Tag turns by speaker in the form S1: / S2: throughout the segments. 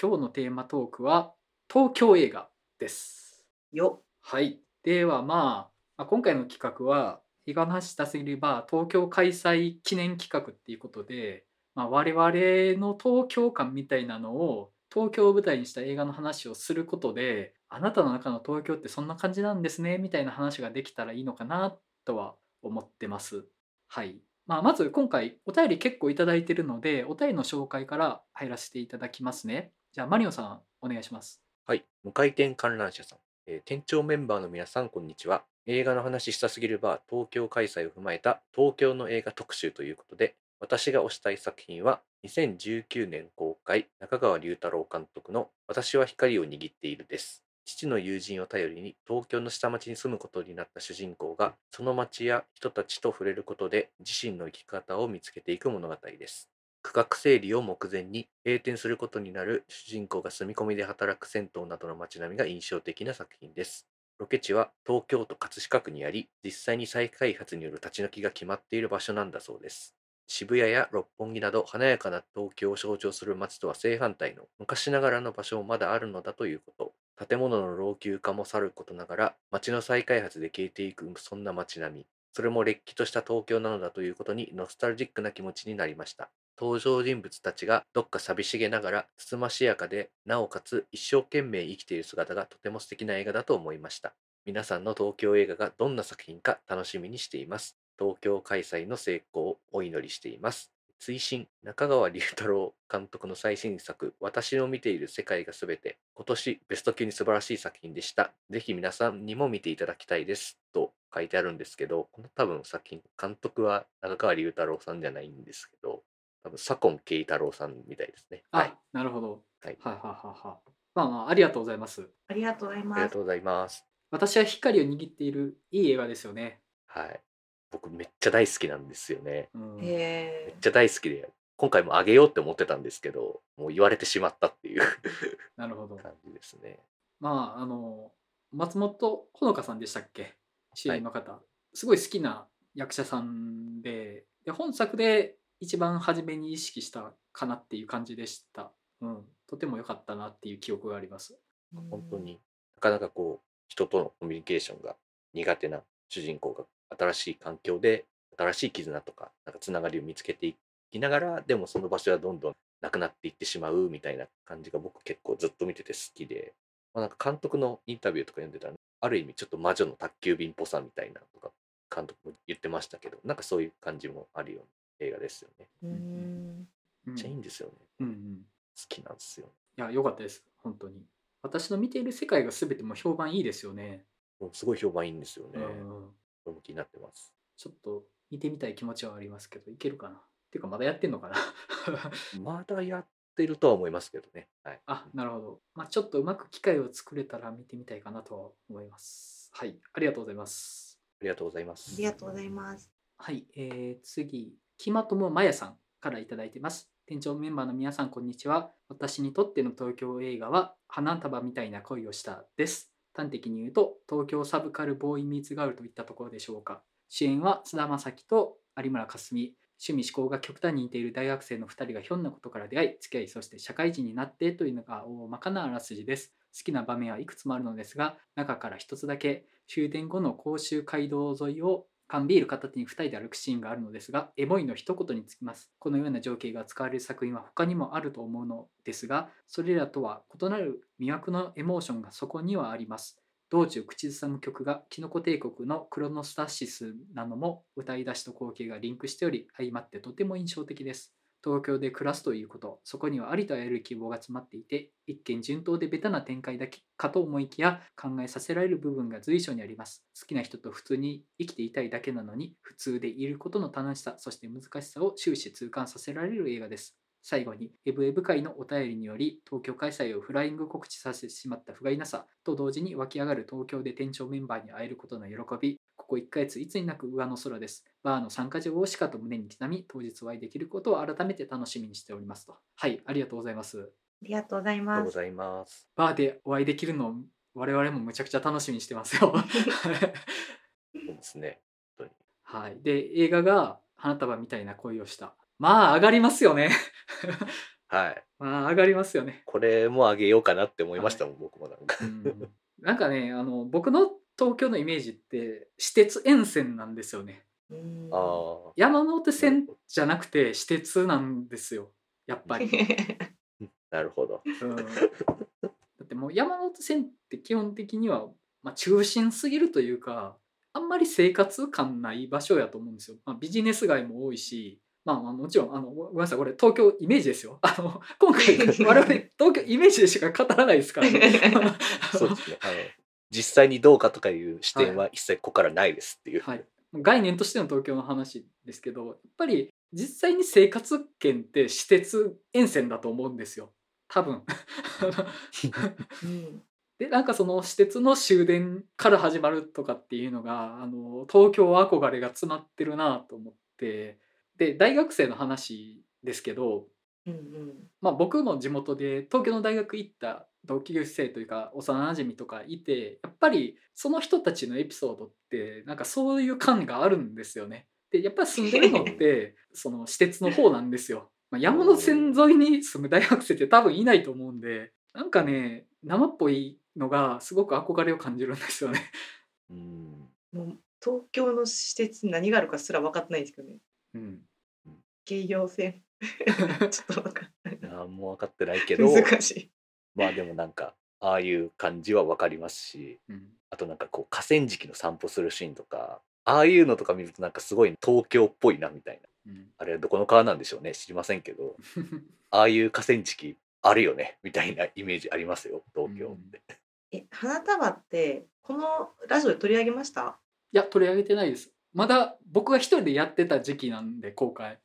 S1: 今日のテーマトークは東京映画です
S2: よ
S1: はいではまあまあ今回の企画は映画の話したすぎれば東京開催記念企画っていうことで、まあ、我々の東京感みたいなのを東京を舞台にした映画の話をすることであなたの中の東京ってそんな感じなんですねみたいな話ができたらいいのかなとは思ってます。はいまあ、まず今回お便り結構いただいてるのでお便りの紹介から入らせていただきますね。じゃあマリオさんお願いします。
S3: はい、無回転観覧車さん、えー店長メンバーの皆さん、こんにちは。映画の話したすぎるバー東京開催を踏まえた東京の映画特集ということで、私が推したい作品は、2019年公開、中川龍太郎監督の私は光を握っているです。父の友人を頼りに東京の下町に住むことになった主人公が、その町や人たちと触れることで自身の生き方を見つけていく物語です。区画整理を目前に閉店することになる主人公が住み込みで働く銭湯などの街並みが印象的な作品です。ロケ地は東京都葛飾区にあり、実際に再開発による立ち退きが決まっている場所なんだそうです。渋谷や六本木など華やかな東京を象徴する街とは正反対の昔ながらの場所もまだあるのだということ。建物の老朽化もさることながら、街の再開発で消えていくそんな街並み。それもれっきとした東京なのだということにノスタルジックな気持ちになりました。登場人物たちがどっか寂しげながらつつましやかでなおかつ一生懸命生きている姿がとても素敵な映画だと思いました皆さんの東京映画がどんな作品か楽しみにしています東京開催の成功をお祈りしています追伸中川龍太郎監督の最新作「私の見ている世界がすべて」今年ベスト級に素晴らしい作品でしたぜひ皆さんにも見ていただきたいですと書いてあるんですけどこの多分作品監督は中川龍太郎さんじゃないんですけど多分左近慶太郎さんみたいですね。
S1: あ、
S3: はい、
S1: なるほど。
S3: はい
S1: ははははまあまあありがとうございます。
S2: ありがとうござい
S3: あり
S2: ま
S3: が
S2: す
S3: とうございます。
S1: 私は光を握っているいい映画ですよね。
S3: はい、僕めっちゃ大好きなんですよね。
S1: うん、
S3: めっ
S2: へ
S3: ちゃ大好きで、今回もあげようって思ってたんですけど、もう言われてしまったっていう
S1: なるほど。
S3: 感じですね。
S1: まああの松本ほのかさんでしたっけ主演の方、すごい好きな役者さんでで本作で一番初めに意識したかなっていう感じでした、うん、とても良かったなっていう記憶があります
S2: ー
S3: 本当になかなかこう人とのコミュニケーションが苦手な主人公が新しい環境で新しい絆とかなんかつながりを見つけていきながらでもその場所はどんどんなくなっていってしまうみたいな感じが僕結構ずっと見てて好きで、まあ、なんか監督のインタビューとか読んでたらある意味ちょっと魔女の宅急便っぽさみたいなのとか監督も言ってましたけどなんかそういう感じもあるような映画ですよね。
S2: うー
S1: う
S2: ん
S1: ん
S3: めっちゃいいんですよね。
S1: うんうん、
S3: 好きなんですよ。
S1: いや良かったです本当に私の見ている世界が全ても評判いいですよね、
S3: もうすごい評判いいんですよね。こ
S1: うん、
S3: れも気になってます。
S1: ちょっと見てみたい気持ちはありますけどいけるかなっていうかまだやってんのかな
S3: まだやってるとは思いますけどね。はい。
S1: あなるほど、まあ、ちょっとうまく機会を作れたら見てみたいかなとは思いますはいありがとうございます
S3: ありがとうございます。
S2: ありがとうございます
S1: はい、えー次きまともまやさんからいただいてます店長メンバーの皆さんこんにちは私にとっての東京映画は花束みたいな恋をしたです端的に言うと東京サブカルボーイミーツガールといったところでしょうか主演は菅田将暉と有村架純趣味思考が極端に似ている大学生の2人がひょんなことから出会い付き合いそして社会人になってというのが大まかなあらすじです好きな場面はいくつもあるのですが中から一つだけ終電後の甲州街道沿いを缶ビール片手に2人で歩くシーンがあるのですがエモいの一言につきますこのような情景が使われる作品は他にもあると思うのですがそれらとは異なる魅惑のエモーションがそこにはあります道中口ずさむ曲がキノコ帝国のクロノスタシスなのも歌い出しと光景がリンクしており相まってとても印象的です東京で暮らすということそこにはありとあらゆる希望が詰まっていて一見順当でベタな展開だけかと思いきや考えさせられる部分が随所にあります好きな人と普通に生きていたいだけなのに普通でいることの楽しさそして難しさを終始痛感させられる映画です最後にエブエブ会のお便りにより東京開催をフライング告知させてしまった不甲斐なさと同時に湧き上がる東京で店長メンバーに会えることの喜びここ1ヶ月いつになく上の空ですバーの参加条をしかと胸に刻み当日お会いできることを改めて楽しみにしておりますとはいありがとうございます
S2: ありがとうござい
S3: ありがとう
S2: ま
S3: ご
S2: す
S3: ざいます。
S1: バーでお会いできるのを我々もむちゃくちゃ楽しみにしてますよ
S3: そうですね。
S1: はいで映画が花束みたいな恋をしたまあ上がりますよね
S3: はい。
S1: まあ、上がりますよね。
S3: これもあげようかなって思いましたもん、僕もなんか。
S1: うん なんかねあの僕の東京のイメージって私鉄沿線なんですよね
S2: うん
S3: ああ。
S1: 山手線じゃなくて私鉄なんですよやっぱ り、
S3: なるほど。
S1: うんだってもう山手線って基本的には、まあ、中心すぎるというかあんまり生活感ない場所やと思うんですよ、まあ、ビジネス街も多いしまあまあもちろんあのごごめんなさいこれ東京イメージですよあの今 回我々東京イメージでしか語らないです から、ね、
S3: そうですね。あの実際にどうかとかいう視点は一切ここからないですっていう。
S1: はい、概念としての東京の話ですけどやっぱり実際に生活圏って私鉄沿線だと思うんですよ多分
S2: うん
S1: でなんかその私鉄の終電から始まるとかっていうのがあの東京憧れが詰まってるなと思ってで大学生の話ですけど、
S2: うんうん
S1: まあ、僕の地元で東京の大学行った同級生というか幼馴染とかいてやっぱりその人たちのエピソードってなんかそういう感があるんですよね。でやっぱり住んでるのって その私鉄の方なんですよ。まあ、山手線沿いに住む大学生って多分いないと思うんでなんかね生っぽいのがすごく憧れを感じるんですよね。
S3: うん。
S2: もう東京の施設何があるかすら分かってないんですけどね
S1: うん、
S2: 京葉線 ちょっと分かんない
S3: 何も分かってないけど、
S2: 難しい
S3: まあでもなんか、ああいう感じは分かりますし、
S1: うん
S3: あとなんかこう河川敷の散歩するシーンとか、ああいうのとか見るとなんかすごい東京っぽいなみたいな。
S1: うん、
S3: あれはどこの川なんでしょうね知りませんけど、ああいう河川敷あるよねみたいなイメージありますよ、東京って。
S2: え花束ってこのラジオで取り上げました
S1: いや取り上げてないです。まだ僕が一人でやってた時期なんで公開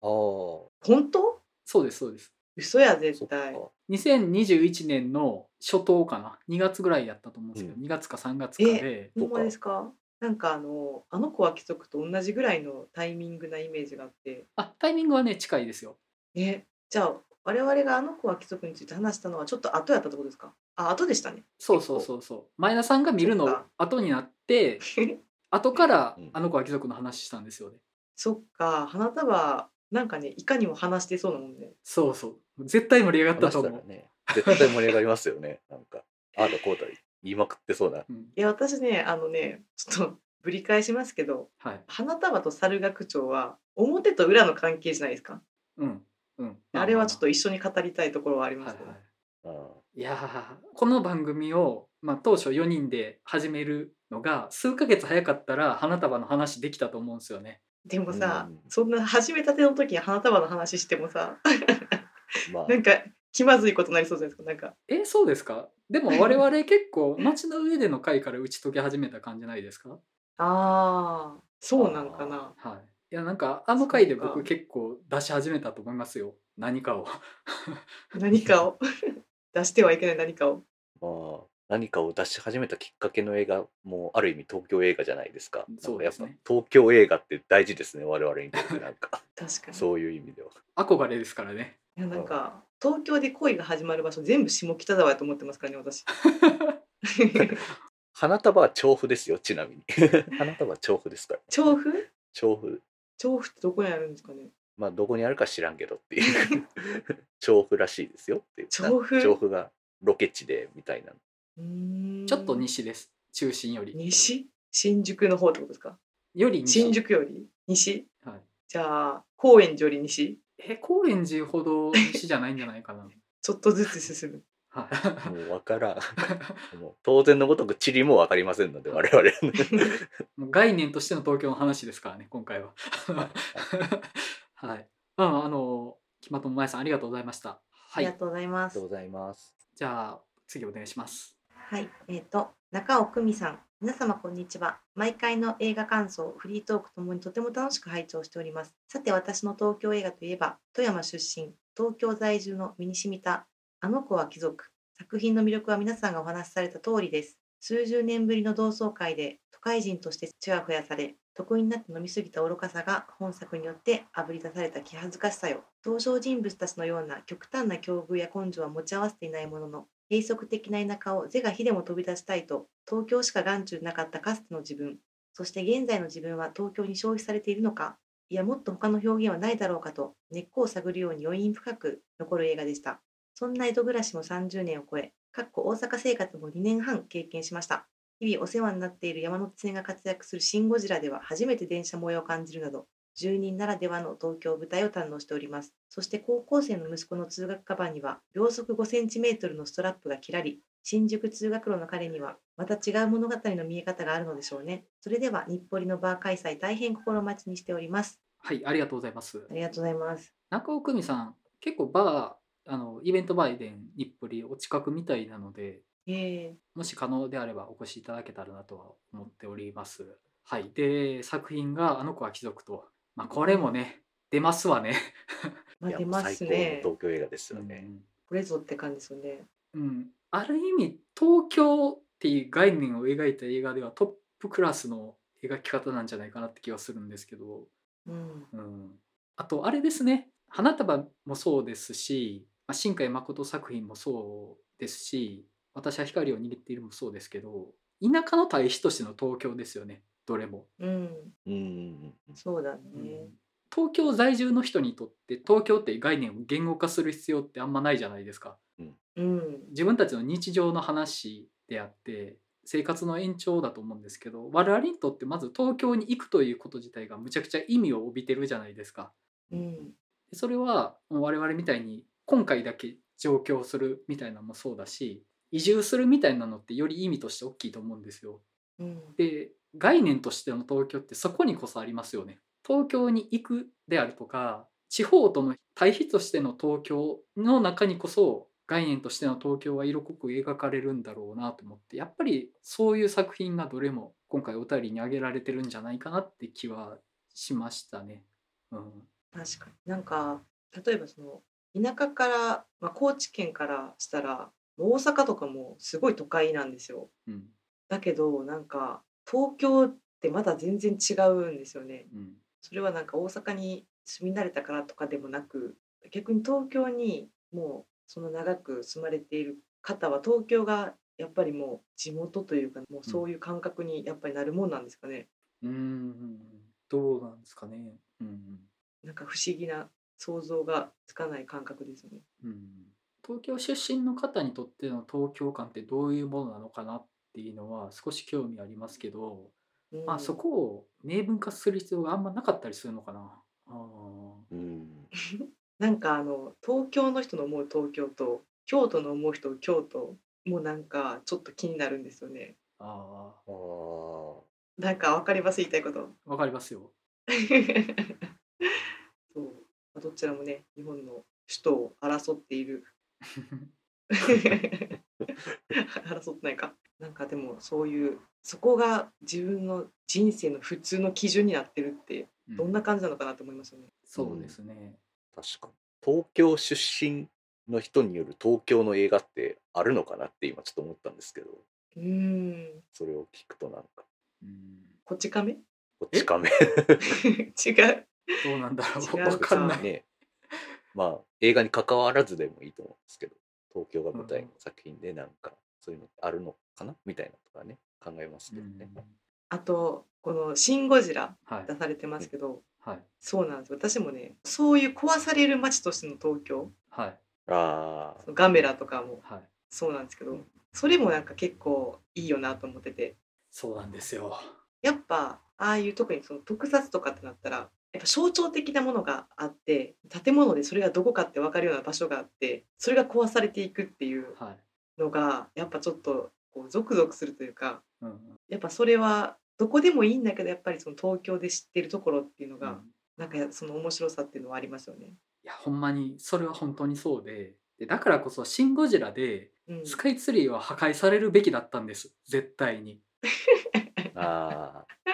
S2: 本当
S1: そうですそうです。
S2: 嘘や
S3: ああ、そ
S2: 絶
S3: っか。
S2: 対
S1: 2021年の初頭かな2月ぐらいやったと思うんですけど、
S3: う
S1: 2月か3月かで
S2: ほんまですかなんかあのあの子は貴族と同じぐらいのタイミングなイメージがあって
S1: あタイミングはね近いですよ
S2: えじゃあ我々があの子は貴族について話したのはちょっと後やったってことですかあ後でしたね
S1: そうそうそうそう前田さんが見る
S2: そっ
S1: の
S2: か
S1: 後にな って後から
S3: うん
S1: あの子は貴族の話したんですよね
S2: そっか花束なんかねいかにも話してそうなもんね
S1: そうそう絶対盛り上がったと
S3: 話した
S1: 思
S3: ら
S1: う、
S3: ね、絶対盛り上がりますよね。なん か、ああだこうだ言いまくってそうな。
S1: うん
S2: いや私ねあのねちょっとぶり返しますけど
S1: はい
S2: 花束と猿楽長は表と裏の関係じゃないですか
S1: うんうん
S2: あれはちょっと一緒に語りたいところはありま
S1: はい
S2: す
S1: は
S2: ね、
S1: い
S3: うん
S1: いやーこの番組を、まあ、当初4人で始めるのが数ヶ月早かったら花束の話できたと思うんですよね
S2: でもさ、
S3: うん
S2: そんな始めたての時に花束の話してもさ
S3: まあ、
S2: なんか気まずいことになりそうじゃないですかなんか
S1: えそうですかでも我々結構街の上での回から打ち解け始めた感じないですか
S2: ああそうなんかな
S1: はいいやなんかあの回で
S2: そう
S1: 僕
S2: か
S1: 結構出し始めたと思いますよ何 かを
S2: 何かを 出してはいけない何かを
S3: まあ、何かを出し始めたきっかけの映画もある意味東京映画じゃないですか。
S1: そうですね
S3: なんかやっぱ東京映画って大事ですね、我々にとってなん か。
S2: 確かに
S3: そういう意味では。
S1: 憧れですからね
S2: いやなんか東京で恋が始まる場所全部下北沢やと思ってますからね 私
S3: 花束は調布ですよ、ちなみ に。花束は調布ですから。
S2: 調布
S3: 調布。
S2: 調布ってどこにあるんですかね
S3: まあ、どこにあるか知らんけどっていう。 調布らしいですよっていう。
S2: 調布
S3: 調布がロケ地でみた いな。
S2: うーん
S1: ちょっと西です中心より
S2: 西新宿の方ってことですか
S1: より西
S2: 新宿より西
S1: はい、
S2: じゃあ高円寺より西
S1: え高円寺ほど西じゃないんじゃないかな
S2: ちょっとずつ進む
S1: はい
S3: もう分からん。もう当然のごとく地理も分かりませんので、我々。
S1: もう概念としての東京の話ですからね今回は はいまああの木まともまやさんありがとうございました
S2: あ
S1: は
S2: り
S1: い
S2: がとうございま
S3: ありがと
S2: す
S3: うございます。
S1: じゃあ次お願いします。
S2: はい、えっ、と中尾久美さん、皆様こんにちは。毎回の映画感想、フリートークともにとても楽しく拝聴しております。さて私の東京映画といえば、富山出身、東京在住の身に染みたあの子は貴族。作品の魅力は皆さんがお話しされた通りです。数十年ぶりの同窓会で都会人としてちやほやされ、得意になって飲みすぎた愚かさが本作によってあぶり出された気恥ずかしさよ。登場人物たちのような極端な境遇や根性は持ち合わせていないものの、閉塞的な田舎を是が非でも飛び出したいと東京しか眼中になかったかつての自分そして現在の自分は東京に消費されているのかいやもっと他の表現はないだろうかと根っこを探るように余韻深く残る映画でしたそんな江戸暮らしも30年を超えかっこ大阪生活も2年半経験しました日々お世話になっている山手線が活躍する「シン・ゴジラ」では初めて電車模様を感じるなど住人ならではの東京舞台を堪能しておりますそして高校生の息子の通学カバンには秒速5センチメートルのストラップがきらり新宿通学路の彼にはまた違う物語の見え方があるのでしょうねそれでは日暮里のバー開催大変心待ちにしております
S1: はい、ありがとうございます
S2: あ。りがとうございます
S1: 中尾久美さん、結構バー、あのイベントバイデン、日暮里お近くみたいなので、
S2: え
S1: もし可能であればお越しいただけたらなとは思っております。はい、で作品が「あの子は貴族と」まあ、これもね出ますわね。
S2: ー、まあ、
S3: や
S2: 出
S3: もう
S2: ます
S3: 最高の
S2: ね
S3: 東京映画ですよね。
S2: これぞって感じですよね
S1: うんうんある意味東京っていう概念を描いた映画ではトップクラスの描き方なんじゃないかなって気はするんですけど、
S2: うん
S1: うん、あとあれですね花束もそうですし、まあ、新海誠作品もそうですし私は光を握っているもそうですけど田舎の対比としての東京ですよねどれも、
S2: うん
S3: うんうんうん
S2: そうだね、
S1: うん東京在住の人にとって東京っていう概念を言語化する必要ってあんまないじゃないですか
S2: うん
S1: 自分たちの日常の話であって生活の延長だと思うんですけど我々にとってまず東京に行くということ自体がむちゃくちゃ意味を帯びてるじゃないですか
S2: うん
S1: でそれはもう我々みたいに今回だけ上京するみたいなのもそうだし移住するみたいなのってより意味として大きいと思うんですよ。
S2: うん
S1: で概念としての東京ってそこにこそありますよね。東京に行くであるとか地方との対比としての東京の中にこそ概念としての東京は色濃く描かれるんだろうなと思ってやっぱりそういう作品がどれも今回お便りに挙げられてるんじゃないかなって気はしましたね。うん、
S2: 確かになんか例えばその田舎から、まあ、高知県からしたらもう大阪とかもすごい都会なんですよ
S1: うん、
S2: だけどなんか東京ってまだ全然違うんですよね
S1: うん
S2: それはなんか大阪に住み慣れたからとかでもなく逆に東京にもうその長く住まれている方は東京がやっぱりもう地元というかもうそういう感覚にやっぱりなるもんなんですかね、
S1: うーんどうなんですかね。うん
S2: なんか不思議な想像がつかない感覚ですよね。
S1: うん、東京出身の方にとっての東京感ってどういうものなのかなっていうのは少し興味ありますけど、
S2: うん
S1: まあ、そこを明文化する必要があんまなかったりするのかな。あー
S3: うん
S2: なんかあの東京の人の思う東京と京都の思う人の京都もなんかちょっと気になるんですよね。
S1: あ
S3: あー
S2: なんかわかります言いたいこと。
S1: ーわかりますよ。
S2: そう、まあ、どちらもね日本の首都を争っている 争ってないか。なんかでもそういうそこが自分の人生の普通の基準になってるって
S1: う
S2: どんな感じなのかなと思いますよね。
S1: そうですね。
S3: 確かに東京出身の人による東京の映画ってあるのかなって今ちょっと思ったんですけど
S2: うん、
S3: それを聞くとなんか
S1: うん、
S2: こち亀
S3: こっち亀
S2: 違う。
S1: どうなんだろう。
S2: 違う
S1: わかんな
S2: か
S1: い。
S3: ねまあ映画に関わらずでもいいと思うんですけど東京が舞台の作品でなんかそういうのってあるのかなみたいなとかね考えますけどね、
S1: うん
S2: あとこの「シン・ゴジラ」
S1: はい
S2: 出。されてますけど
S1: はい。
S2: そうなんです私もねそういう壊される街としての東京
S1: はい。
S3: ああ
S2: ガメラとかも
S1: はい。
S2: そうなんですけどそれもなんか結構いいよなと思ってて
S1: そうなんですよ。
S2: やっぱああいう特にその特撮とかってなったらやっぱ象徴的なものがあって建物でそれがどこかって分かるような場所があってそれが壊されていくっていう
S1: はい。
S2: のがやっぱちょっとこうゾクゾクするというか
S1: うんうん。
S2: やっぱそれはどこでもいいんだけどやっぱりその東京で知ってるところっていうのが、
S1: うん
S2: なんかその面白さっていうのはありますよね。
S1: いやほんまにそれは本当にそうででだからこそ「シン・ゴジラ」で
S2: うん、
S1: スカイツリーは破壊されるべきだったんです絶対に
S3: あー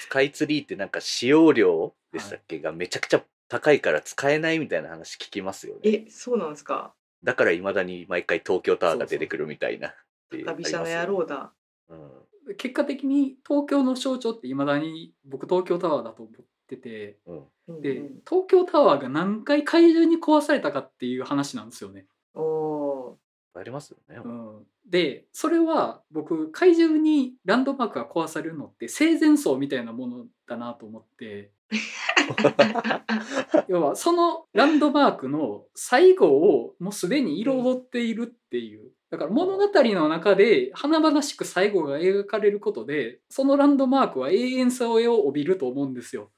S3: スカイツリーってなんか使用量でしたっけ、がめちゃくちゃ高いから使えないみたいな話聞きますよね
S2: え、そうなんですか。
S3: だからいまだに毎回東京タワーが出てくるみたいなって
S2: 高飛車の野郎だ。
S3: うん
S1: 結果的に東京の象徴っていまだに僕東京タワーだと思ってて
S3: うん
S2: うん
S1: で
S2: うん
S1: 東京タワーが何回怪獣に壊されたかっていう話なんですよね、
S2: おお
S3: ありますよね、
S1: うん、でそれは僕怪獣 にランドマークが壊されるのって生前葬みたいなものだなと思って
S2: ー。
S1: 要はそのランドマークの最後をもうすでに彩っているっていう。だから物語の中で華々しく最後が描かれることでそのランドマークは永遠さを帯びると思うんですよ。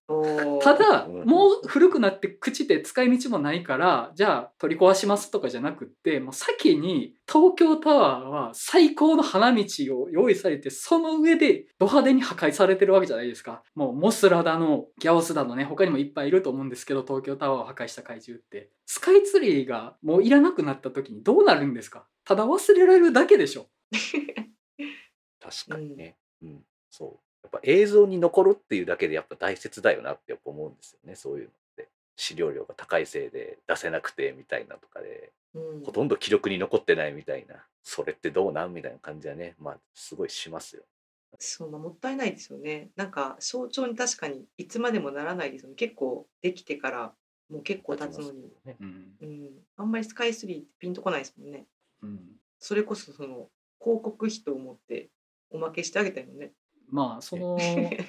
S1: ただ
S3: うん
S1: もう古くなって朽ちて使い道もないからじゃあ取り壊しますとかじゃなくってもう先に東京タワーは最高の花道を用意されてその上でド派手に破壊されてるわけじゃないですかもうモスラだのギャオスだのね他にもいっぱいいると思うんですけど東京タワーを破壊した怪獣ってスカイツリーがもういらなくなった時にどうなるんですかただ忘れられるだけでしょ
S3: 確かにね、うんそうやっぱ映像に残るっていうだけでやっぱ大切だよなってやっぱ思うんですよねそういうのって資料量が高いせいで出せなくてみたいなとかで
S2: うん
S3: ほとんど記録に残ってないみたいなそれってどうなんみたいな感じはねまあすごいしますよ
S2: そうまあもったいないですよね。なんか象徴に確かにいつまでもならないですよね。結構できてからもう結構経つのに、
S3: ね
S1: うん、
S2: うん、あんまりスカイツリーってピンとこないですもんね。
S1: うん
S2: それこそその広告費と思っておまけしてあげたよね。
S1: まあその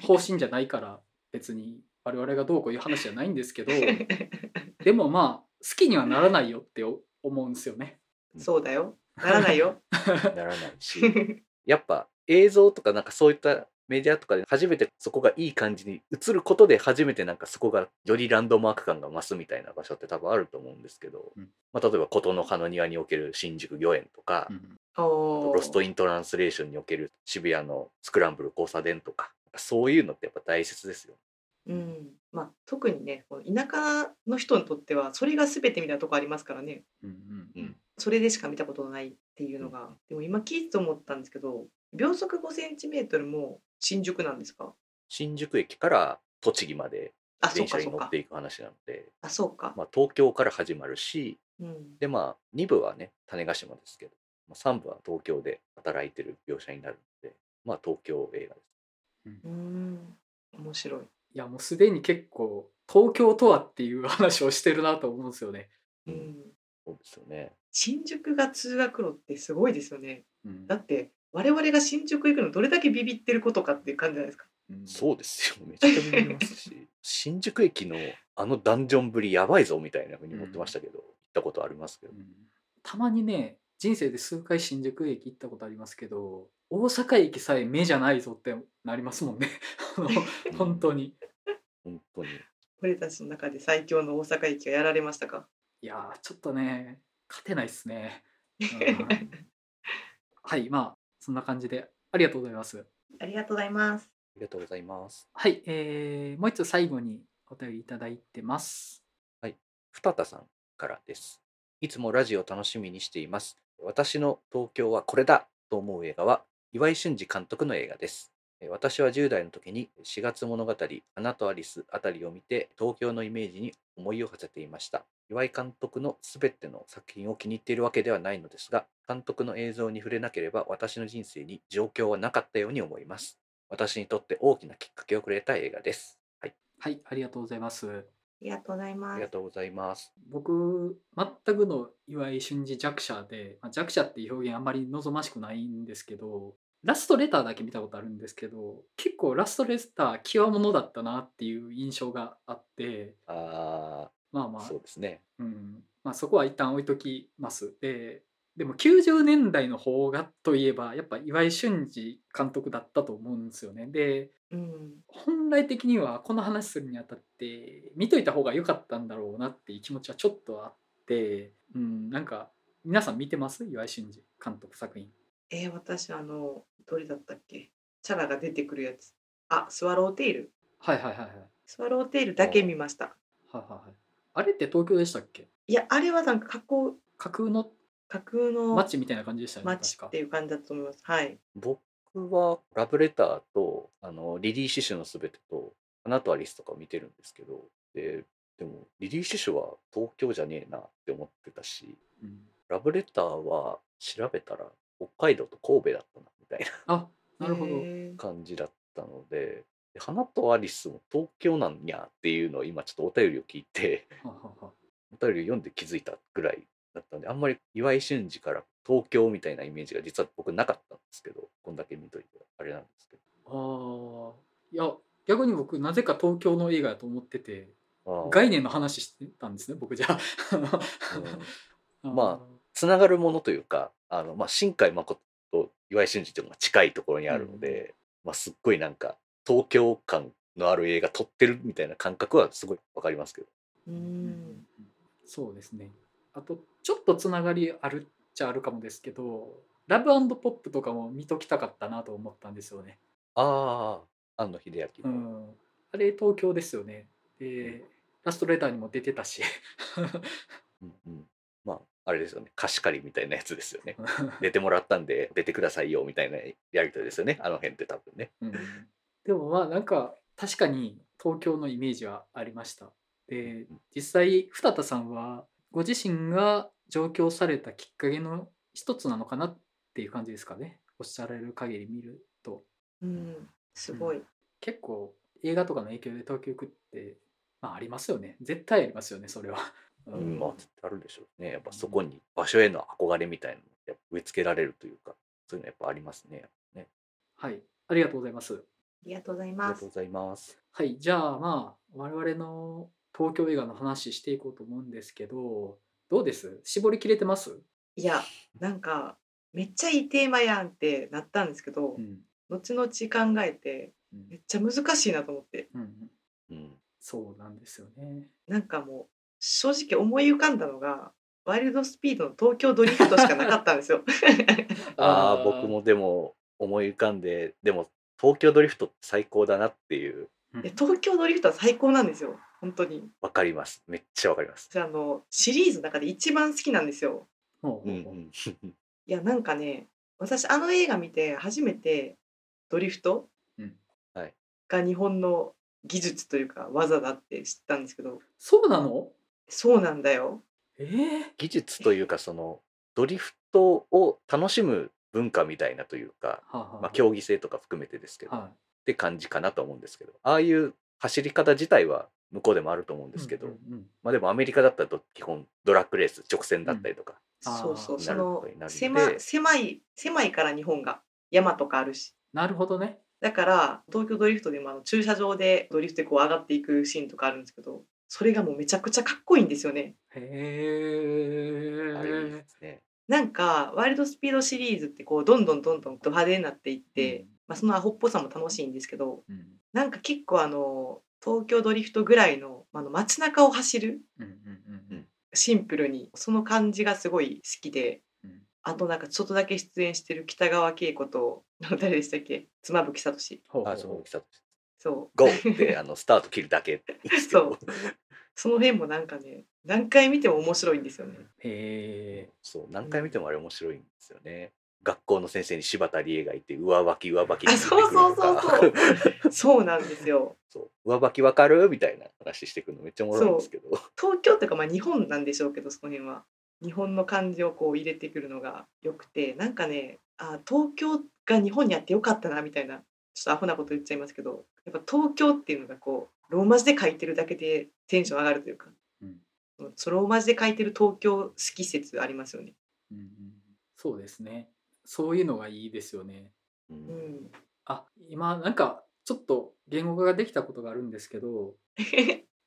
S1: 方針じゃないから別に我々がどうこういう話じゃないんですけどでもまあ好きにはならないよって思うんですよね。
S2: そうだよ。ならないよ。
S3: ならないしやっぱ映像とかなんかそういったメディアとかで初めてそこがいい感じに映ることで初めてなんかそこがよりランドマーク感が増すみたいな場所って多分あると思うんですけど、
S1: うん
S3: まあ、例えば琴の葉の庭における新宿御苑とか、
S2: おー
S3: ロスト・イン・トランスレーションにおける渋谷のスクランブル交差点とかそういうのってやっぱ大切ですよ。
S2: うん。まあ特にね、この田舎の人にとってはそれが全てみたいなとこありますからね。
S1: うんうん
S3: うん
S2: それでしか見たことないっていうのが、でも今聞いて思ったんですけど秒速5センチメートルも新宿なんですか
S3: 新宿駅から栃木まで
S2: あそう
S3: 電車
S2: か
S3: に
S2: そう
S3: 乗っ
S2: か
S3: ていく話なので、
S2: あそうか、
S3: まあ、東京から始まるし
S2: うん、
S3: でまあ2部はね種子島ですけど、まあ、3部は東京で働いてる描写になるのでまあ東京映画です。
S2: うーん面白い
S1: いやもうすでに結構東京とはっていう話をしてるなと思うんですよね。
S2: うん、
S3: そうですよね。
S2: 新宿が通学路ってすごいですよね
S1: うん
S2: だって我々が新宿行くのどれだけビビってることかっていう感じじゃないですか
S1: うん
S3: そうですよめちゃくちゃ見ます し新宿駅のあのダンジョンぶりやばいぞみたいなふうに思ってましたけど、行ったことありますけど
S1: う。んたまにね人生で数回新宿駅行ったことありますけど大阪駅さえ目じゃないぞってなりますもんね あの本当に。
S3: 本当に
S2: 俺たちの中で最強の大阪駅がやられましたか
S1: いやーちょっとね勝てないっすね。 うんはいまあそんな感じでありがとうございます。
S2: ありがとうございます
S3: ありがとうございます。
S1: はい、えー、もう一つ最後にお便りいただいてます。
S3: 二田さんからです。いつもラジオ楽しみにしています。私の東京はこれだと思う映画は岩井俊二監督の映画です。えー私は10代の時に4月物語「花とアリス」あたりを見て東京のイメージに思いを馳せていました。岩井監督の全ての作品を気に入っているわけではないのですが、監督の映像に触れなければ私の人生に状況はなかったように思います。私にとって大きなきっかけをくれた映画です。はい、
S1: はい、ありがとうございます。
S2: ありがとうござい
S3: あ
S2: ま
S3: り
S2: す
S3: がとうございます。
S1: 僕全くの岩井俊二弱者で、まあ、弱者っていう表現あんまり望ましくないんですけどラストレターだけ見たことあるんですけど結構ラストレター際物だったなっていう印象があって
S3: あ
S1: まあ
S3: あ、
S1: まあ
S3: そうですね。
S1: うんまあ、そこは一旦置いときますででも90年代の方がといえばやっぱ岩井俊二監督だったと思うんですよねで
S2: うん
S1: 本来的にはこの話するにあたって見といた方が良かったんだろうなっていう気持ちはちょっとあって、うん、なんか皆さん見てます岩井俊二監督作品
S2: えー、私あのどれだったっけチャラが出てくるやつあスワローテイル
S1: はいはいはいはいはい
S2: スワローテイルだけ見ました。
S1: はいはいあれって東京でしたっけ
S2: いや、あれはなんか架空、
S1: 架空の
S2: 架空の
S1: 街みたいな感じでしたよね
S2: 街
S1: 確
S2: っ
S1: か
S2: ていう感じだと思います。はい。
S3: 僕はラブレターとあのリリー・シュシュのすべてと花とアリスとか見てるんですけどででもリリー・シュシュは東京じゃねえなって思ってたし
S1: うん、
S3: ラブレターは調べたら北海道と神戸だったなみたいな
S1: あなるほど、
S2: へー
S3: 感じだったのでで花とアリスも東京なんやっていうのを今ちょっとお便りを聞いて
S1: ははは
S3: お便りを読んで気づいたぐらいだったんであんまり岩井俊二から東京みたいなイメージが実は僕なかったんですけどこんだけ見といてあれなんですけど。
S1: ああいや逆に僕なぜか東京の映画やと思ってて
S3: ああ
S1: 概念の話してたんですね僕じゃ ああの
S3: ま つながるものというかあの、まあ、新海誠と岩井俊二というのが近いところにあるので、まあ、すっごいなんか東京感のある映画撮ってるみたいな感覚はすごいわかりますけど、
S2: う
S1: うんんそうですねあとちょっとつながりあるっちゃあるかもですけどラブポップとかも見ときたかったなと思ったんですよね、
S3: ああ庵野秀
S1: う
S3: 明の、
S1: ん、あれ東京ですよねでラストレターにも出てたし
S3: うんうんまああれですよね貸し借りみたいなやつですよ ね出てもらったんで出てくださいよみたいなやりとりですよねあの辺って多分ね
S1: うんでもまあなんか確かに東京のイメージはありました。で実際二田さんはご自身が上京されたきっかけの一つなのかなっていう感じですかねおっしゃられる限り見ると
S2: うんすごい、
S1: 結構映画とかの影響で東京行くって、まあ、ありますよね絶対ありますよねそれは。う
S3: うん、まあ絶対あるでしょうねやっぱそこに場所への憧れみたいなのやっぱ植え付けられるというかそういうのやっぱありますねね
S1: はいありがとうございます。
S2: ありがとうござい
S3: あり
S2: ま
S3: が
S2: す
S3: とうございます
S1: はい、じゃあまあ我々の東京映画の話していこうと思うんですけどどうです絞りきれてます、
S2: いやなんかめっちゃいいテーマやんってなったんですけど、
S1: ん
S2: 後々考えて
S1: うん
S2: めっちゃ難しいなと思って
S1: うんうん、
S3: うん
S1: そうなんですよね。
S2: なんかもう正直思い浮かんだのがワイルドスピードの東京ドリフトしかなかったんです よ。
S3: ああ僕。もでも思い浮かんででも東京ドリフトって最高だなっていう
S2: いや東京ドリフトは最高なんですよ本当に。
S3: わかりますめっちゃわかります
S2: 私あのシリーズの中で一番好きなんですよ。
S1: もう
S3: うんんう
S1: うん
S3: ん
S2: いやなんかね私あの映画見て初めてドリフト、
S1: うん
S3: はい
S2: が日本の技術というか技だって知ったんですけど
S1: そうなの？
S2: そうなんだよ。
S1: ええ
S3: 技術というかそのドリフトを楽しむ文化みたいなというか、
S1: はあ、はあ
S3: まあ、競技性とか含めてですけど、
S1: は
S3: って感じかなと思うんですけどああいう走り方自体は向こうでもあると思うん
S1: い。
S3: ですけど、
S1: うんうんうん
S3: まあでもアメリカだったらど基本ドラッグレース直線だったりとか、
S1: あー
S2: そうそう
S3: な
S2: そ
S3: るほ
S2: の
S3: どなるほど
S2: 狭狭い狭いから日本が山とかあるし
S1: なるほどね。
S2: だから東京ドリフトでもあの駐車場でドリフトでこう上がっていくシーンとかあるんですけどそれがもうめちゃくちゃかっこいいんですよね。
S1: へ
S3: あれいいで
S1: え。
S3: すね。
S2: なんかワイルドスピードシリーズってこうどんどんどんどんド派手になっていって、
S1: うん
S2: まあ、そのアホっぽさも楽しいんですけど
S1: うん
S2: なんか結構あの東京ドリフトぐらいのあの街中を走る
S1: うんうんうん
S2: シンプルにその感じがすごい好きで
S1: うん。
S2: あとなんかちょっとだけ出演してる北川景子と誰でしたっけ妻夫木聡
S1: ほうほう
S3: あその大きさと
S2: そ
S3: ゴーってあのスタート切るだけですけど。
S2: う その辺もなんかね何回見ても面白いんですよね。
S1: へえ。
S3: そう何回見てもあれ面白いんですよね。学校の先生に柴田理恵がいて上履き上履き
S2: あそうそうそうそうそうなんですよ
S3: そう上履きわかるみたいな話してくるのめっちゃおもろいんですけど。
S2: 東京というかまあ日本なんでしょうけどその辺は日本の感じをこう入れてくるのが良くてなんかねあ東京が日本にあってよかったなみたいなちょっとアホなこと言っちゃいますけどやっぱ東京っていうのがこうローマ字で書いてるだけでテンション上がるというか
S1: うん
S2: そのローマ字で書いてる東京好き説ありますよね。
S1: うんうん。そうですね。そういうのがいいですよね。
S3: う
S2: うんん、
S1: あ今なんかちょっと言語化ができたことがあるんですけど、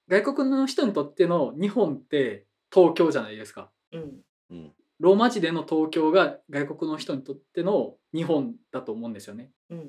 S1: 外国の人にとっての日本って東京じゃないですか。
S2: うん、
S3: うん
S1: ローマ字での東京が外国の人にとっての日本だと思うんですよね。
S2: うん、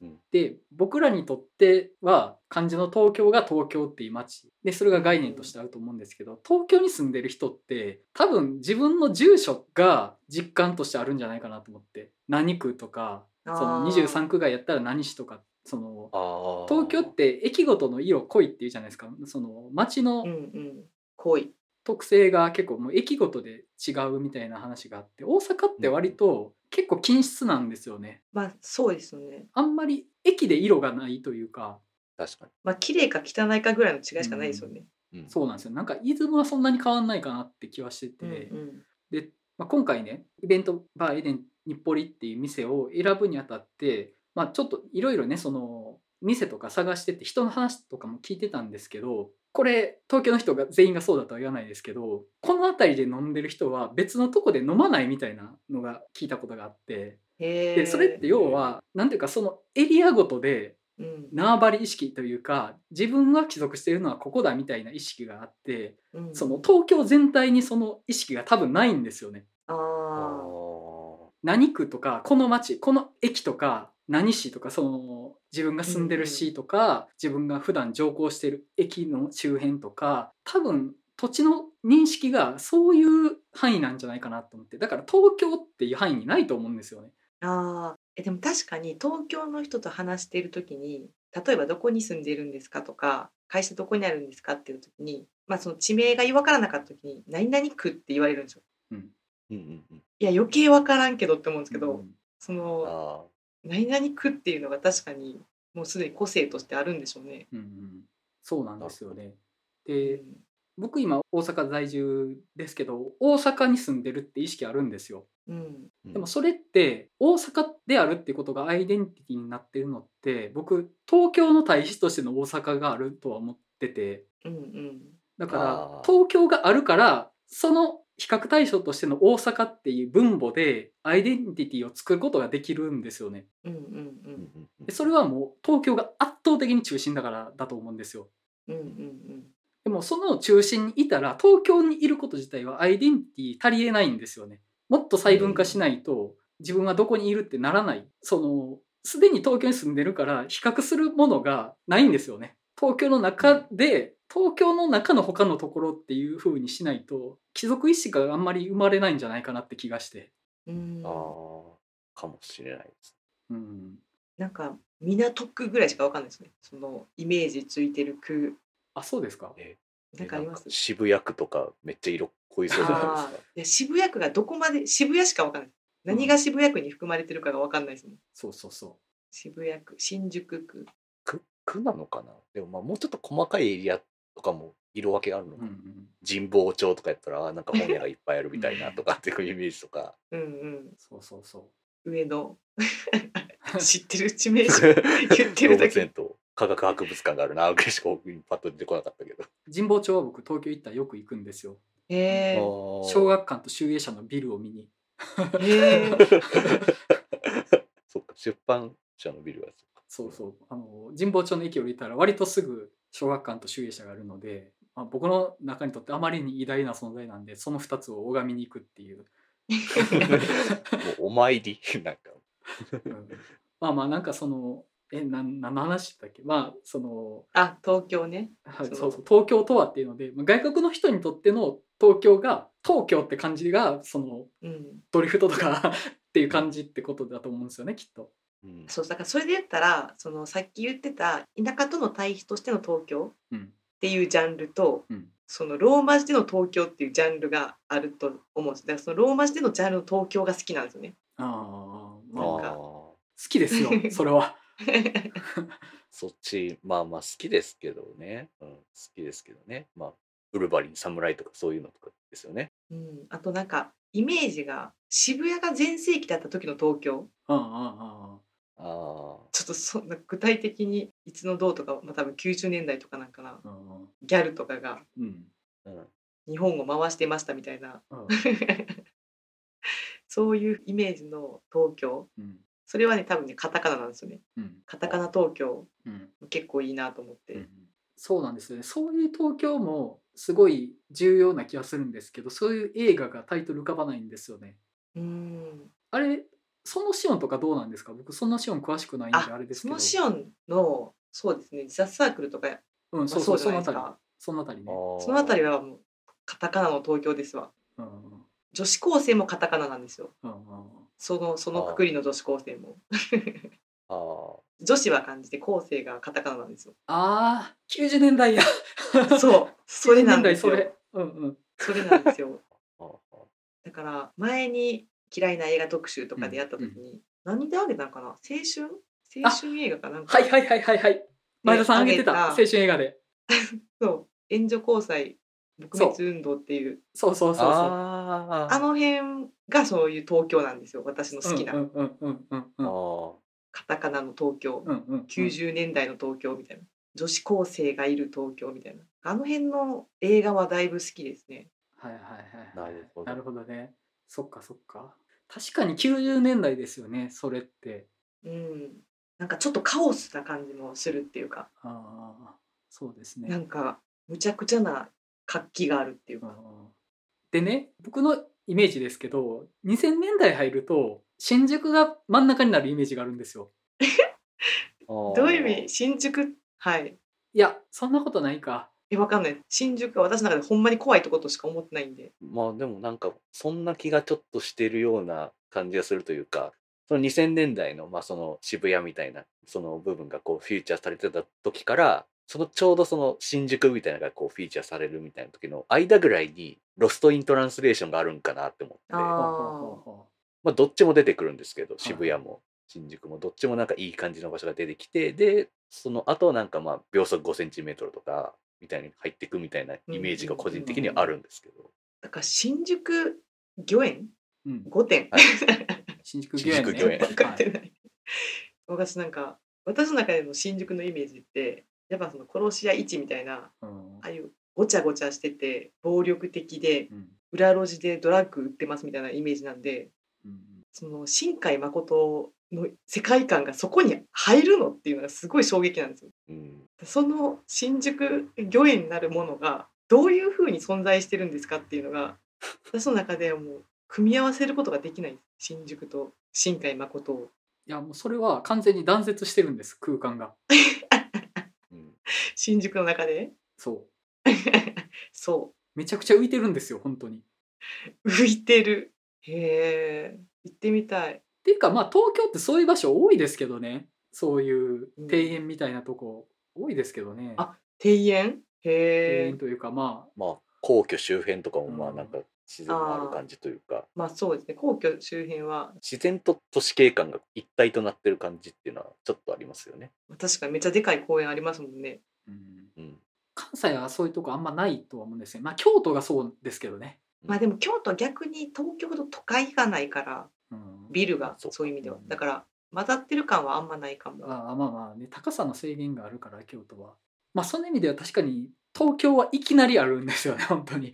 S2: うん、
S1: で僕らにとっては漢字の東京が東京っていう街でそれが概念としてあると思うんですけど東京に住んでる人って多分自分の住所が実感としてあるんじゃないかなと思って何区とかその
S2: あー
S1: 23区外やったら何市とかその
S3: あー
S1: 東京って駅ごとの色濃いっていうじゃないですかその街の
S2: うん、うん、濃い。
S1: 特性が結構もう駅ごとで違うみたいな話があって大阪って割と結構均質なんですよね
S2: まあ、そうですよね。
S1: あんまり駅で色がないというか
S3: 確か
S2: まあ、綺麗か汚いかぐらいの違いしかないですよね。
S3: に、うん
S1: そうなんですよなんかイズムはそんなに変わんないかなって気はしてて、
S2: うん、うん、
S1: で、まあ、今回ねイベントバーエデン日暮里っていう店を選ぶにあたって、まあ、ちょっといろいろねその店とか探してて人の話とかも聞いてたんですけどこれ東京の人が全員がそうだとは言わないですけどこの辺りで飲んでる人は別のとこで飲まないみたいなのが聞いたことがあって
S2: へえ。
S1: でそれって要は何ていうかそのエリアごとで
S2: うん
S1: 縄張り意識というか自分が帰属しているのはここだみたいな意識があって
S2: うん
S1: その東京全体にその意識が多分ないんですよね。
S2: あ
S3: あ
S1: 何区とかこの町この駅とか何市とかその自分が住んでる市とか、自分が普段乗降してる駅の周辺とか多分土地の認識がそういう範囲なんじゃないかなと思ってだから東京っていう範囲にないと思うんですよね。
S2: ーあーえでも確かに東京の人と話している時に例えばどこに住んでいるんですかとか会社どこにあるんですかっていう時に、まあ、その地名が分からなかった時に「何々区」って言われるんですよ。
S1: うん、
S3: ーうんうんうん
S2: いや余計分からんけどって思うんですけど、
S1: うん
S2: その
S3: あ
S2: 「何々区」っていうのが確かにもうすでに個性としてあるんでしょうね。
S1: うんうん、そうなんですよね。
S2: う
S1: で
S2: ん
S1: 僕今大阪在住ですけど大阪に住んでるって意識あるんですよ。
S2: うん
S3: ー
S1: でもそれって大阪であるってことがアイデンティティになってるのって僕東京の対比としての大阪があるとは思ってて
S2: うんうん
S1: だ
S3: あ
S1: から
S3: ー
S1: 東京があるからその比較対象としての大阪っていう分母でアイデンティティを作ることができるんですよね。
S2: うんうんう
S3: うん
S2: ん
S3: うんうん
S1: でそれはもう東京が圧倒的に中心だからだと思うんですよ。
S2: うんうん
S1: でもその中心にいたら東京にいること自体はアイデンティティ足りえないんですよね。もっと細分化しないと自分はどこにいるってならない。そのすでに東京に住んでるから比較するものがないんですよね。東京の中で東京の中の他のところっていう風にしないと貴族意識があんまり生まれないんじゃないかなって気がして。
S2: うん
S3: あ
S2: うん
S3: ーかもしれないです
S1: うん、
S2: なんか港区ぐらいしか分かんないですねそのイメージついてる区
S1: あそうですか。
S2: なんかあります
S3: えなん渋谷区とかめっちゃ色濃いそうじゃない
S2: あ
S3: です
S2: ー
S3: か
S2: いや渋谷区がどこまで渋谷しか分かんない何が渋谷区に含まれてるかが分かんないですもん
S1: そうそうそ
S2: 渋谷区新宿区
S3: 区区なのかなでもまあもうちょっと細かいエリアとかも色分けがあるの
S1: う。
S3: か
S1: う
S3: なん
S1: うん、
S3: 神保町とかやったらあーなんか本屋がいっぱいあるみたいなとかっていうイメージとか
S2: うん
S1: そうそうそ
S2: うん上 野
S1: う。
S2: 知ってる地名しか 言って
S3: 動
S2: るだ
S3: 物
S2: け
S3: 園と科学博物館があるなぐらいしか僕にパッと出てこなかったけど
S1: 神保町は僕東京行ったらよく行くんですよ。
S2: へえ
S1: 小学館と集英社のビルを見に。
S2: へー
S3: そっか出版社のビルはそっか
S1: そうそうあの神保町の駅降りたら割とすぐ小学館と集英社があるので、まあ、僕の中にとってあまりに偉大な存在なんでその2つを拝みに行くっていう、
S3: もうお参り なんか
S1: うんまあまあなんかそのえなん何の話だっけまあその
S2: あ東京ね
S1: はい
S2: その
S1: そうそう東京とはっていうのでまあ外国の人にとっての東京が東京って感じがその
S2: うん
S1: ドリフトとか っていう感じってことだと思うんですよねきっと。
S3: うん
S2: そうだからそれで言ったらそのさっき言ってた田舎との対比としての東京
S1: うん
S2: っていうジャンルと
S1: うん
S2: そのローマ字での東京っていうジャンルがあると思うんですだからそのローマ字でのジャンルの東京が好きなんですよね。
S1: ああまあ
S2: なん
S1: 好
S2: か
S3: あー
S1: きですよそれは。
S3: そっちまあまあ好きですけどね、うん、好きですけどねまあウルヴァリン侍とかそういうのとかですよね
S2: うん、あとなんかイメージが渋谷が全盛期だった時の東京
S1: ああああ
S3: あ
S2: ちょっとそんな具体的にいつのどうとか、まあ、多分90年代とかなんかな
S1: ああうん
S2: ギャルとかが
S1: うん
S3: あ、うん、
S2: 日本を回してましたみたいな
S1: うん
S2: そういうイメージの東京
S1: うん
S2: それはね多分ねカタカナなんですよね
S1: うん
S2: カタカナ東京
S1: うん
S2: 結構いいなと思って、
S1: うんそうなんですよねそういう東京もすごい重要な気がするんですけどそういう映画がタイトル浮かばないんですよね
S2: うん
S1: あれそのシオンとかどうなんですか僕そのシオン詳しくないんであ
S2: あ
S1: れです
S2: そ
S1: けど
S2: のシオンのそうですね自殺サークルとか、
S1: う
S2: ま
S1: ん
S2: あ
S1: そう
S2: そ
S1: そうう
S2: じゃ
S1: そのあたりそのあ
S2: ないですか
S1: たりね
S2: そのあたり
S3: は
S2: はもうカタカナの東京ですわ
S1: うんうん
S2: 女子高生もカタカナなんですよ
S1: うんうん
S2: そのそのくくりの女子高生も
S3: あー
S2: 女子は漢字で高生がカタカナなん ですよ
S1: あー90年代や
S2: そうそれ
S1: 90
S2: な
S1: 年代
S2: んです
S1: そ
S2: よ
S1: れうんうん
S2: それなんですよ
S3: あーあ
S2: だから前に嫌いな映画特集とかでやった時に、何であげたのかな青春青春映画かなんか
S1: はいはいはいはいはい前田さんあげてた青
S2: げ
S1: 春映画で
S2: そう援助交際撲滅運動っていう
S1: そうそう
S3: ー
S1: そうそう
S3: あ
S2: あの辺がそういう東京なんですよ私の好きな、
S1: うんうんうんうんうんうん
S3: ー
S2: カタカナの東京、
S1: うんうんうん
S2: 90年代の東京みたいな女子高生がいる東京みたいなあの辺の映画はだいぶ好きですね。
S1: はいはいはいはい
S3: なるほど
S1: なるほどねそっかそっか確かに90年代ですよねそれって
S2: うん、なんかちょっとカオスな感じもするっていうか
S1: ああそうです
S2: な
S1: ね。
S2: んかむちゃくちゃな活気があるっていう
S1: あー
S2: か
S1: でね僕のイメージですけど2000年代入ると新宿が真ん中になるイメージがあるんですよ。
S3: ど
S2: どういう意味新宿はい
S1: いやそんなことないか。
S2: えわかんない新宿は私の中でほんまに怖いとことしか思ってないんで
S3: まあでもなんかそんな気がちょっとしてるような感じがするというかその2000年代の,、まあその渋谷みたいなその部分がこうフィーチャーされてた時からそのちょうどその新宿みたいなのがこうフィーチャーされるみたいな時の間ぐらいに「ロスト・イン・トランスレーション」があるんかなって思って
S2: あ
S1: ほ
S2: ー
S1: うほうほうほ
S3: まあ、どっちも出てくるんですけど渋谷も新宿もどっちもなんかいい感じの場所が出てきてでその後なんかまあ秒速 5cm とかみたいに入ってくみたいなイメージが個人的にはあるんですけど。
S2: だから新宿御苑
S1: ううん、
S2: 御殿
S3: はい
S1: 新宿御苑ね。
S3: 新宿御苑
S2: 分かって
S1: はい
S2: ない、私なんか私の中での新宿のイメージってやっぱその殺し屋市みたいな
S1: うん
S2: ああいうごちゃごちゃしてて暴力的で
S1: うん
S2: 裏路地でドラッグ売ってますみたいなイメージなんで
S1: うん
S2: その新海誠の世界観がそこに入るのっていうのがすごい衝撃なんですよ。
S3: うん
S2: その新宿御苑になるものがどういうふうに存在してるんですかっていうのが私の中ではもう組み合わせることができない新宿と新海誠を。
S1: いやもうそれは完全に断絶してるんです空間が。
S3: うん
S2: 新宿の中で
S1: そう
S2: そ
S1: めちゃくちゃ浮いてるんですよ本当に。っ
S2: う浮いてるへえ行ってみたい
S1: ていうかまあ東京ってそういう場所多いですけどねそういう庭園みたいなとこ多いですけどね。
S2: あ庭園
S1: 庭
S2: へえ
S1: 園というかまあ
S3: まあ皇居周辺とかもまあ
S1: うん
S3: なんか自然のある感じというか、
S2: まあそうですね皇居周辺は
S3: 自然と都市景観が一体となってる感じっていうのはちょっとありますよね。
S2: 確かにめっちゃでかい公園ありますもんね
S1: うん
S3: うん、
S1: 関西はそういうとこあんまないとは思うんですよ。まあ京都がそうですけどね。
S2: まあでも京都は逆に東京ほど都会がないから
S1: うん、
S2: ビルが
S3: そうか
S2: そういう意味では
S1: うん
S2: だから混ざってる感はあんまないかも
S1: ああまあまあね高さの制限があるから京都は。まあその意味では確かに東京はいきなりあるんですよね本当に。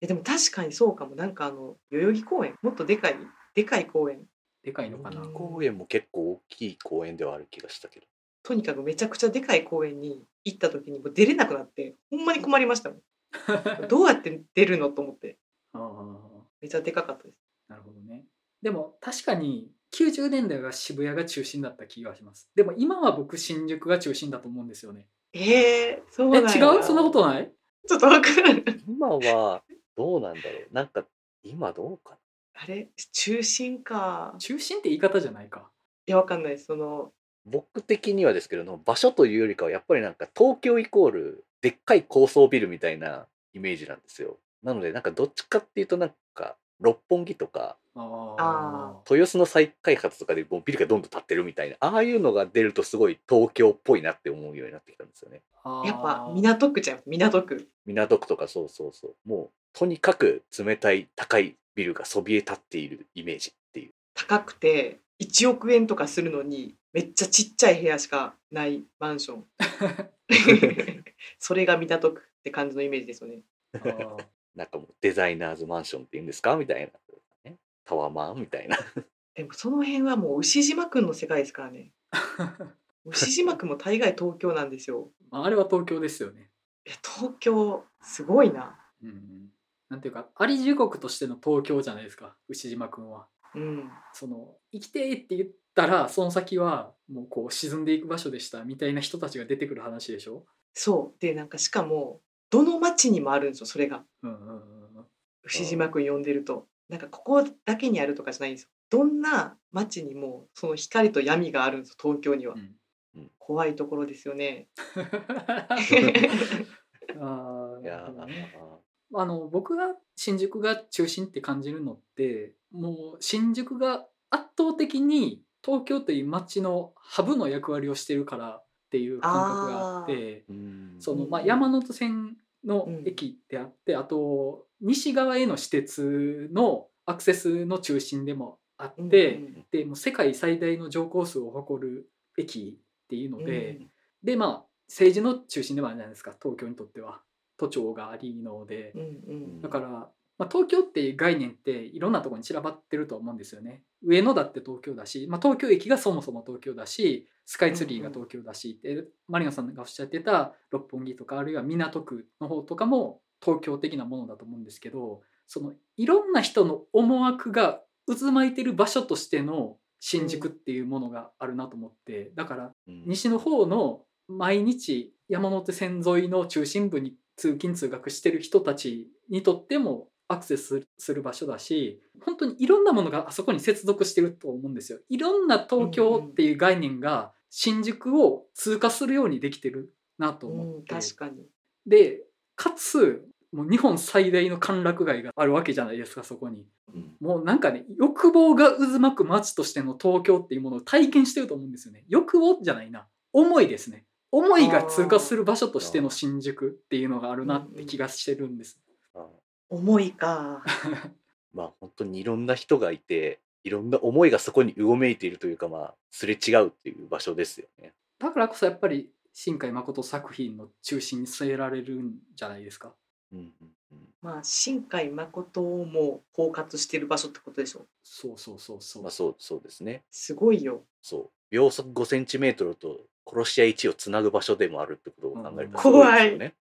S2: えでも確かにそうかもなんかあの代々木公園もっとでかいでかい公園
S1: でかいのかな。
S2: うん
S3: 公園も結構大きい公園ではある気がしたけど、
S2: とにかくめちゃくちゃでかい公園に行った時にもう出れなくなってほんまに困りましたもんどうやって出るのと思って
S1: ああ
S2: めちゃでかかったです
S1: なるほどね。でも確かに90年代は渋谷が中心だった気がします。でも今は僕新宿が中心だと思うんですよね。
S2: ええそう
S1: え違
S2: なんや
S1: うそんなことない
S2: ちょっとわからん
S3: 今はどうなんだろうなんか今どうか
S2: あれ中心か
S1: 中心って言い方じゃないか。
S2: いやわかんないですその
S3: な僕的にはですけれども場所というよりかはやっぱりなんか東京イコールでっかい高層ビルみたいなイメージなんですよ。なのでなんかどっちかっていうとなんか六本木とか
S1: あ
S2: あ
S3: 豊洲の再開発とかでもうビルがどんどん建ってるみたいなああいうのが出るとすごい東京っぽいなって思うようになってきたんですよね
S1: あー
S2: やっぱ港区じゃん港区
S3: 港区とかそうそうそうもうとにかく冷たい高いビルがそびえ立っているイメージっていう
S2: 高くて1億円とかするのにめっちゃちっちゃい部屋しかないマンションそれが港区って感じのイメージですよね
S1: あー
S3: なんかもうデザイナーズマンションっていうんですかみたいな、ね、タワマンみたいな
S2: でもその辺はもう牛島くんの世界ですからね牛島くんも大概東京なんですよ
S1: まああれは東京ですよね。
S2: え東京すごいな
S1: うん、なんていうかあり地獄としての東京じゃないですか牛島君は。
S2: うん
S1: その生きてーって言ったらその先はもうこう沈んでいく場所でしたみたいな人たちが出てくる話でしょ。
S2: そうでなんかしかもどの町にもあるんですよそれが
S1: うんうんうん うん
S2: 牛島くん呼んでるとなんかここだけにあるとかじゃないんですよどんな町にもその光と闇があるんですよ東京には
S1: うん
S2: 怖いところです よね
S1: あー
S3: いやー、
S1: あの僕が新宿が中心って感じるのってもう新宿が圧倒的に東京という街のハブの役割をしてるからっていう感覚があって
S3: うん
S1: その、まあ、
S2: うん
S1: 山手線の駅であって、あと西側への私鉄のアクセスの中心でもあって、
S2: うん
S1: でもう世界最大の乗降数を誇る駅っていうので。
S2: うん
S1: でまあ政治の中心ではあるじゃないですか東京にとっては都庁がありので
S2: うんうん
S1: だからまあ、東京っていう概念っていろんなところに散らばってると思うんですよね。上野だって東京だし、まあ、東京駅がそもそも東京だしスカイツリーが東京だし、でマリノさんがおっしゃってた六本木とかあるいは港区の方とかも東京的なものだと思うんですけどそのいろんな人の思惑が渦巻いてる場所としての新宿っていうものがあるなと思ってだから
S3: うん
S1: 西の方の毎日山手線沿いの中心部に通勤通学してる人たちにとってもアクセスする場所だし本当にいろんなものがあそこに接続してると思うんですよ。いろんな東京っていう概念が新宿を通過するようにできてるなと思っ
S2: うん、
S1: て、
S2: 確かに。
S1: でかつもう日本最大の歓楽街があるわけじゃないですかそこに。
S3: うん
S1: もうなんかね欲望が渦巻く街としての東京っていうものを体験してると思うんですよね欲望じゃないな思いですね思いが通過する場所としての新宿っていうのがあるなって気がしてるんです、
S3: あー
S2: 重いか。
S3: まあ本当にいろんな人がいていろんな思いがそこにうごめいているというかまあすれ違うっていう場所ですよね。
S1: だからこそやっぱり新海誠作品の中心に据えられるんじゃないですか
S3: うんうんうん
S2: まあ、新海誠をもう包括してる場所ってことでしょ。
S1: そうそうそうそう、
S3: まあそうそうですね。
S2: すごいよ。
S3: そう秒速5センチメートルと殺し屋1をつなぐ場所でもあるってことを考えると
S1: うん
S3: すごですよね。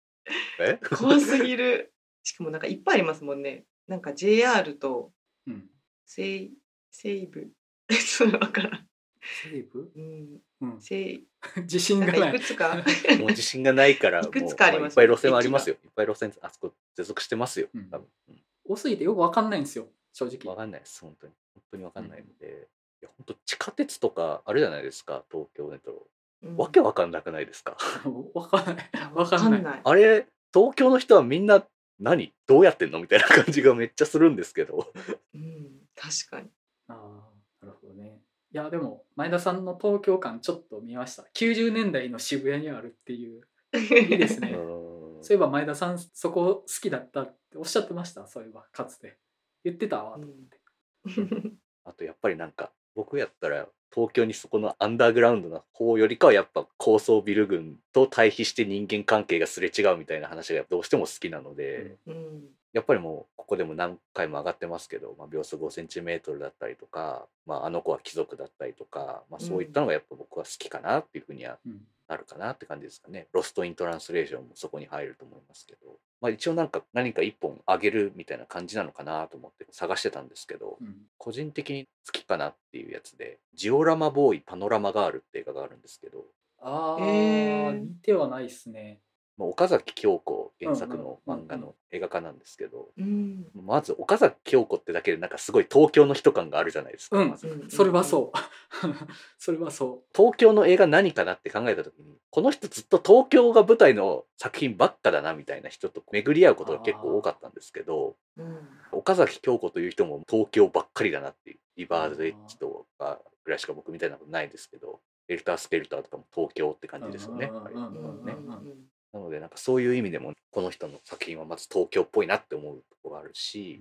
S3: え
S2: 怖すぎる。 しかもなんかいっぱいありますもんね。なんか JR と
S1: うん、
S2: 西西 部。それわからん。
S1: 西武、
S2: うん、
S1: うん、
S2: 西
S1: 自信
S2: な
S1: が
S2: んか
S1: ない
S2: く
S1: い
S2: つか。
S3: もう自信がないからも
S2: いうくつかあり
S3: まあい
S2: ま
S3: っ
S2: す
S3: ぱ
S2: よ
S3: い路線はありますよ。いっぱい路線あそこ接続してますよ。
S1: うん
S3: 多分うん
S1: 多すぎてよくわかんないんですよ正
S3: わ
S1: 直
S3: かんないです本当に本当にわかんないので、いや本当地下鉄とかあるじゃないですか東京メトロ、
S2: うん
S3: わけわかんなくないですか
S1: わかんないわ
S2: わ
S1: か
S2: か
S1: ん
S2: ん
S1: な
S2: ないい。
S3: あれ東京の人はみんな何どうやってんのみたいな感じがめっちゃするんですけど
S2: うん、確かに。
S1: ああ、なるほどね。いや、でも、前田さんの東京感ちょっと見ました。90年代の渋谷にあるっていう。いいです
S3: う
S1: ね。
S3: ーん
S1: そういえば前田さん、そこ好きだったっておっしゃってました。そういえば、かつて。言ってたわ。
S2: うん
S3: あとやっぱりなんか僕やったら東京にそこのアンダーグラウンドの方よりかはやっぱ高層ビル群と対比して人間関係がすれ違うみたいな話がどうしても好きなので、
S1: うん
S2: うん
S3: やっぱりもうここでも何回も上がってますけど、まあ、秒速5センチメートルだったりとか、まあ、あの子は貴族だったりとか、まあ、そういったのがやっぱ僕は好きかなっていうふうには
S1: うん。
S3: なるかなって感じですかね。ロスト・イン・トランスレーションもそこに入ると思いますけど、まあ、一応なんか何か一本上げるみたいな感じなのかなと思って探してたんですけど
S1: う、ん。
S3: 個人的に好きかなっていうやつで、ジオラマボーイ・パノラマガールって映画があるんですけど、
S1: ああ、
S2: えー
S1: 見てはないですね。
S3: まあ、岡崎京子原作の
S1: うんうんうんうん
S3: 漫画の映画化なんですけど、
S2: うん
S3: まず岡崎京子ってだけでなんかすごい東京の人感があるじゃないですか、
S1: うん
S3: まず
S2: うん
S1: それはそう。 それはそ
S3: 東京の映画何かなって考えた時にこの人ずっと東京が舞台の作品ばっかだなみたいな人と巡り合うことが結構多かったんですけど
S2: うん
S3: 岡崎京子という人も東京ばっかりだなっていうリバーズエッジとかぐらいしか僕みたいなことないですけどエルター・スペルターとかも東京って
S1: う。
S3: 感じですよね。
S1: うん
S3: あれ
S1: うん
S2: うん
S1: うんうんうん
S2: うん
S3: なのでなんかそういう意味でもこの人の作品はまず東京っぽいなって思うところがあるし、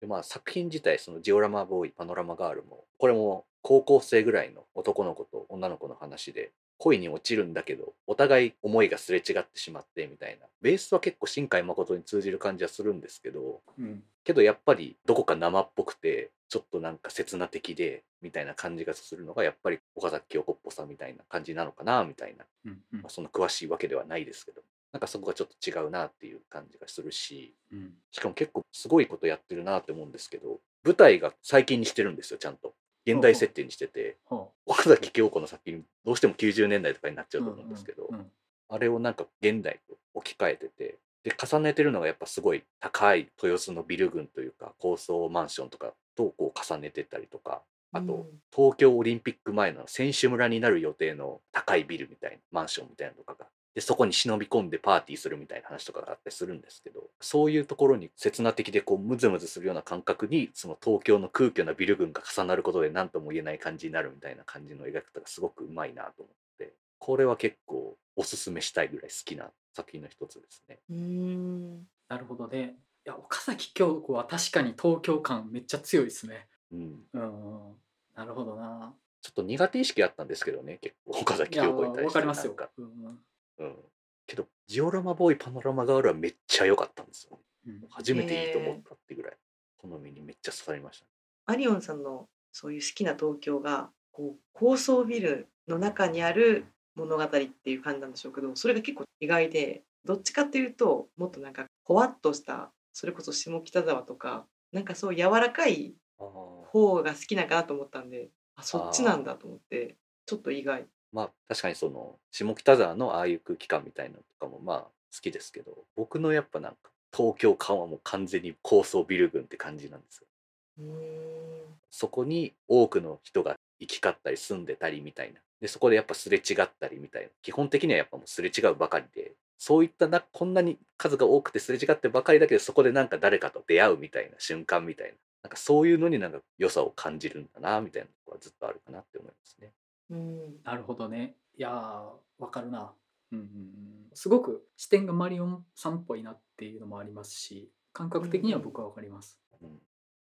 S3: でまあ、作品自体そのジオラマボーイパノラマガールもこれも高校生ぐらいの男の子と女の子の話で恋に落ちるんだけどお互い思いがすれ違ってしまってみたいなベースは結構新海誠に通じる感じはするんですけど
S1: うん。
S3: けどやっぱりどこか生っぽくてちょっとなんか刹那的でみたいな感じがするのがやっぱり岡崎京子っぽさみたいな感じなのかなみたいな、
S1: うんうん
S3: まあ、そんな詳しいわけではないですけどなんかそこがちょっと違うなっていう感じがするし。
S1: うん。
S3: しかも結構すごいことやってるなって思うんですけど舞台が最近にしてるんですよちゃんと現代設定にしてて
S1: ほ
S3: 岡崎京子の作品どうしても90年代とかになっち
S1: う。
S3: ゃうと思うんですけど、
S1: うんうん
S3: あれをなんか現代と置き換えててで重ねてるのがやっぱすごい高い豊洲のビル群というか高層マンションとかとこう重ねてったりとかあと、東京オリンピック前の選手村になる予定の高いビルみたいなマンションみたいなのとかがでそこに忍び込んでパーティーするみたいな話とかがあったりするんですけどそういうところに刹那的でこうムズムズするような感覚にその東京の空虚なビル群が重なることで何とも言えない感じになるみたいな感じの描き方がすごくうまいなと思ってこれは結構おすすめしたいぐらい好きな作品の一つですね。
S2: うん
S1: なるほどね。いや、岡崎京子は確かに東京感めっちゃ強いですね。
S3: うん
S1: うんうん。なるほどな。
S3: ちょっと苦手意識あったんですけどね結構岡崎京子に
S1: いや
S3: 対
S1: わ
S3: して
S1: かり
S3: な
S1: ます
S3: ん
S1: よ
S3: か。
S1: うんうん
S3: うん、けどジオラマボーイパノラマガールはめっちゃ良かったんですよ
S1: うん
S3: 初めていいと思ったってぐらい、ちゃ刺さりました。
S2: アリオンさんのそういう好きな東京がこう高層ビルの中にある物語っていう感じなんでしょうけどそれが結構意外でどっちかというともっとなんかほわっとしたそれこそ下北沢とかなんかそう柔らかい方が好きなんかなと思ったんであそっちなんだと思ってちょっと意外
S3: まあ確かにその下北沢のああいう空気感みたいなのとかもまあ好きですけど僕のやっぱなんか東京感はもう完全に高層ビル群って感じなんですよ。
S2: うーん
S3: そこに多くの人が行き交ったり住んでたりみたいなでそこでやっぱすれ違ったりみたいな基本的にはやっぱもうすれ違うばかりでそういったなこんなに数が多くてすれ違ってばかりだけどそこでなんか誰かと出会うみたいな瞬間みたいななんかそういうのになんか良さを感じるんだなみたいなとこはずっとあるかなって思いますね。
S2: うん
S1: なるほどね。いやー、わかるな。うんうんうん。すごく視点がマリオンさんっぽいなっていうのもありますし、感覚的には僕はわかります。
S3: うん、も